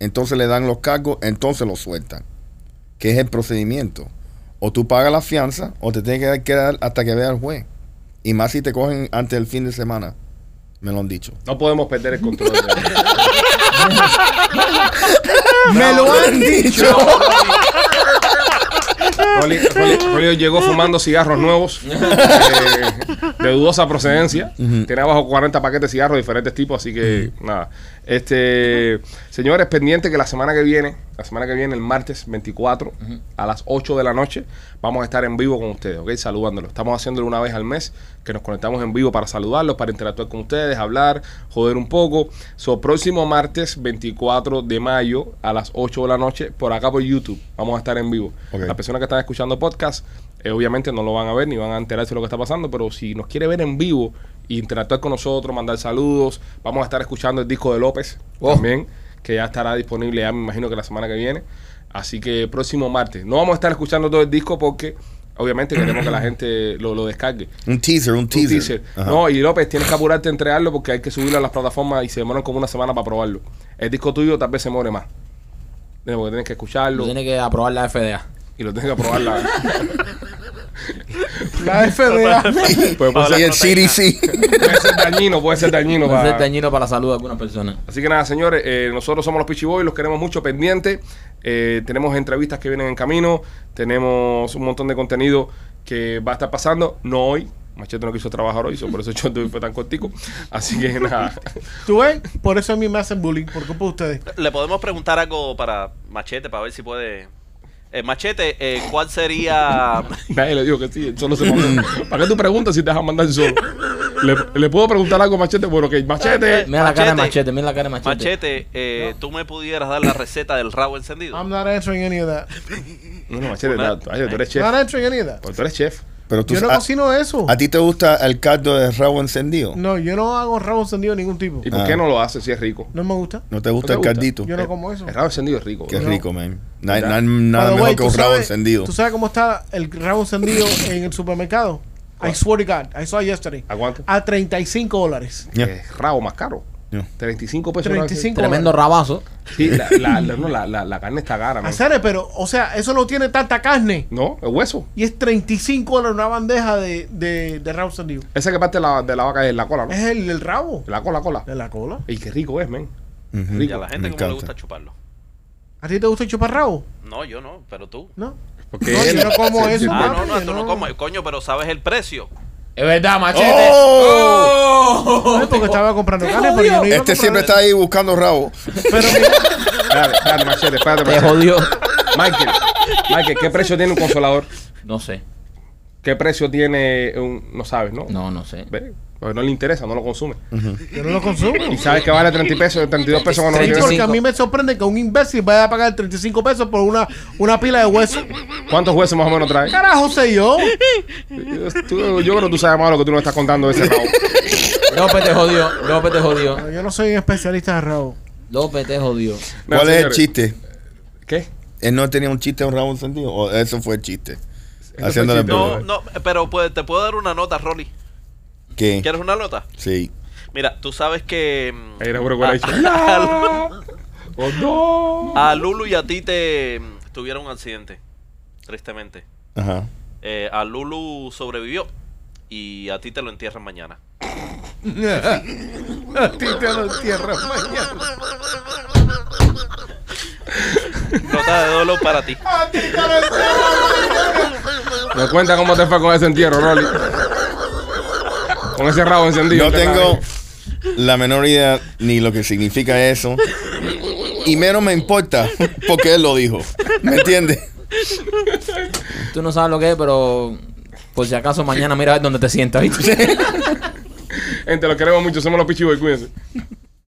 S6: Entonces le dan los cargos, entonces lo sueltan. Que es el procedimiento. O tú pagas la fianza o te tienes que quedar hasta que vea el juez. Y más si te cogen antes del fin de semana. Me lo han dicho.
S3: No podemos
S5: (laughs)
S3: perder el control.
S5: Me lo han
S6: (laughs) dicho.
S7: No, Rolly,
S3: Rolly, Rolly- Rolly llegó fumando cigarros nuevos eh, de dudosa procedencia. Tiene abajo 40 paquetes de cigarros de diferentes tipos, así que nada. Este, señores, pendiente que la semana que viene, la semana que viene, el martes 24 a las 8 de la noche, vamos a estar en vivo con ustedes, ¿ok? Saludándolos. Estamos haciéndolo una vez al mes, que nos conectamos en vivo para saludarlos, para interactuar con ustedes, hablar, joder un poco. So, próximo martes 24 de mayo a las 8 de la noche, por acá por YouTube, vamos a estar en vivo.
S6: Ok.
S3: Las personas que están escuchando podcast, eh, obviamente no lo van a ver ni van a enterarse de lo que está pasando, pero si nos quiere ver en vivo e interactuar con nosotros, mandar saludos, vamos a estar escuchando el disco de López
S6: Oh.
S3: también, que ya estará disponible, ya me imagino que la semana que viene. Así que próximo martes. No vamos a estar escuchando todo el disco porque obviamente queremos que la gente lo, lo descargue.
S6: Un teaser, un
S3: Un
S6: teaser.
S3: teaser.
S6: Ajá.
S3: No, y López, tienes que apurarte a entregarlo porque hay que subirlo a las plataformas y se demoran como una semana para probarlo. El disco tuyo tal vez se more más. Porque tienes que escucharlo
S4: Pues
S2: Lo tiene que aprobar la FDA.
S3: y lo tienes que probar la... (laughs)
S5: La FDA.
S3: Pues puede,
S7: Hola.
S6: y
S3: ser,
S5: (laughs)
S6: el CDC.
S3: puede ser (laughs) dañino, Pues, puede ser dañino.
S2: Va a ser
S3: para-
S2: dañino para la salud de algunas personas.
S3: Así que nada, señores, eh, nosotros somos los Peachy Boys, los queremos mucho pendiente. Eh, tenemos entrevistas que vienen en camino, tenemos un montón de contenido que va a estar pasando, no hoy. Machete no quiso trabajar hoy, so por eso yo estuve fue tan cortico. Así que nada. (laughs)
S5: ¿Tú ves? Por eso a mí me hacen bullying, por culpa de ustedes.
S7: Le podemos preguntar algo para Machete, para ver si puede. Eh, machete, eh, ¿cuál sería.
S3: Nadie le dijo que sí, él solo se mandó. ¿Para qué tú preguntas si te vas a mandar solo? ¿Le, le puedo preguntar algo a Machete? Bueno, ok, Machete.
S2: Mira la cara de
S7: Machete.
S2: machete, mira la cara de machete.
S7: Machete, eh, tú me pudieras dar la receta del rabo encendido?
S5: I'm not answering any of that.
S3: No, no, Machete,
S7: Una-
S3: tú tú eres
S5: Not
S3: chef.
S5: answering any of that.
S3: Tú eres chef.
S6: Pero tú,
S5: Yo no
S6: a,
S5: cocino eso.
S6: ¿a ti te gusta el caldo de rabo encendido?
S5: No, yo no hago rabo encendido de ningún tipo.
S3: ¿Y por
S6: Ah.
S3: qué no lo haces si es rico?
S5: No me gusta.
S6: ¿No te gusta
S3: ¿No
S6: el
S3: te gusta?
S6: caldito? Eh,
S5: Yo no como eso.
S3: El rabo encendido es rico.
S6: Qué
S3: bro.
S6: rico, man. No hay,
S3: ¿Verdad?
S6: no hay
S5: By
S6: nada
S5: the
S6: mejor
S5: way,
S6: que
S5: ¿tú
S6: un rabo
S5: sabes-
S6: encendido.
S5: ¿Tú sabes cómo está el rabo
S6: (coughs)
S5: encendido en el supermercado? I swear to God, I saw it yesterday.
S3: ¿A cuánto?
S5: A 35 dólares.
S6: Ya.
S3: Eh, rabo más caro.
S6: Ya.
S3: 35 pesos.
S5: 35
S2: Tremendo
S5: dólares.
S2: rabazo.
S3: Sí, la, la, la- no, la, la- la carne está cara, man.
S5: Hacer, pero, o sea, eso no tiene tanta carne.
S3: No, el hueso.
S5: Y es 35 dólares una bandeja de, de, de rabo encendido.
S3: Esa que parte de la, de la vaca es la cola, ¿no?
S5: Es el, el rabo.
S3: La cola, cola.
S5: De la cola.
S3: Y qué rico es, men.
S6: Ujú.
S7: Y a la
S6: Me
S7: gente como le
S6: encanta.
S7: gusta chuparlo.
S5: ¿A ti te gusta chupar rabo?
S7: No, yo no, pero tú.
S5: ¿No?
S3: Porque
S5: No,
S3: él-
S5: yo no como
S3: sí,
S5: eso.
S3: sí,
S7: Ah,
S5: papi,
S7: no, no, tú no
S5: no.
S7: comes. Coño, pero sabes el precio.
S2: Es verdad, machete.
S6: ¡Oh!
S5: No, es porque estaba comprando carne, pero yo no iba a
S6: Este
S5: comprar-
S6: siempre está ahí
S5: (laughs)
S6: buscando rabo.
S5: Pero mira,
S3: Espérate, espérate, machete, espérate,
S2: Te
S3: machete.
S2: jodió.
S3: Michael, Michael, ¿qué precio tiene un consolador?
S2: No sé.
S3: ¿Qué precio tiene un. No sabes, ¿no?
S2: No, no sé.
S3: ¿Ve? Porque no le interesa, no lo consume.
S5: yo no lo consumo.
S3: Y sabes que vale 30 pesos, 32 pesos cuando lo
S5: Sí,
S3: llevas.
S5: porque a mí me sorprende que un imbécil vaya a pagar 35 pesos por una, una pila de hueso.
S3: ¿Cuántos huesos más o menos trae?
S5: Carajo sé yo.
S3: Tú- yo creo que tú sabes más lo que tú nos estás contando de ese rabo.
S2: López te jodió. López te jodió.
S5: No, Yo no soy un especialista de rabo.
S2: López te jodió.
S3: Mira,
S6: ¿Cuál es el
S3: señores,
S6: chiste?
S3: ¿Qué?
S6: ¿Él no tenía un chiste de un rabo encendido? ¿O eso fue el chiste?
S3: fue el
S6: Haciéndole
S3: chiste.
S6: broma.
S7: No, no, pero pues, te puedo dar una nota, Rolly.
S6: ¿Qué?
S7: ¿Quieres una nota?
S6: Sí.
S7: Mira, tú sabes que. mm,
S3: Ahí era puro coraje.
S7: a,
S3: (laughs) ¡Oh, no!
S7: a Lulu y a ti te mm, tuvieron un accidente. Tristemente.
S6: Ajá.
S7: Eh, a Lulu sobrevivió. Y a ti te lo entierran mañana.
S5: (laughs) A ti te lo entierran mañana.
S7: Nota de dolor para ti.
S5: A ti te lo entierran.
S3: Me cuenta cómo te fue con ese entierro, Rolly. Con ese rabo encendido.
S6: No
S3: que
S6: tengo
S3: la-
S6: la menor idea ni lo que significa eso. Y menos me importa porque él lo dijo. ¿Me entiendes?
S2: Tú no sabes lo que es, pero por si acaso mañana mira a ver dónde te sientas, ¿viste?
S3: Gente, los queremos mucho. Somos los Pichiboy, cuídense.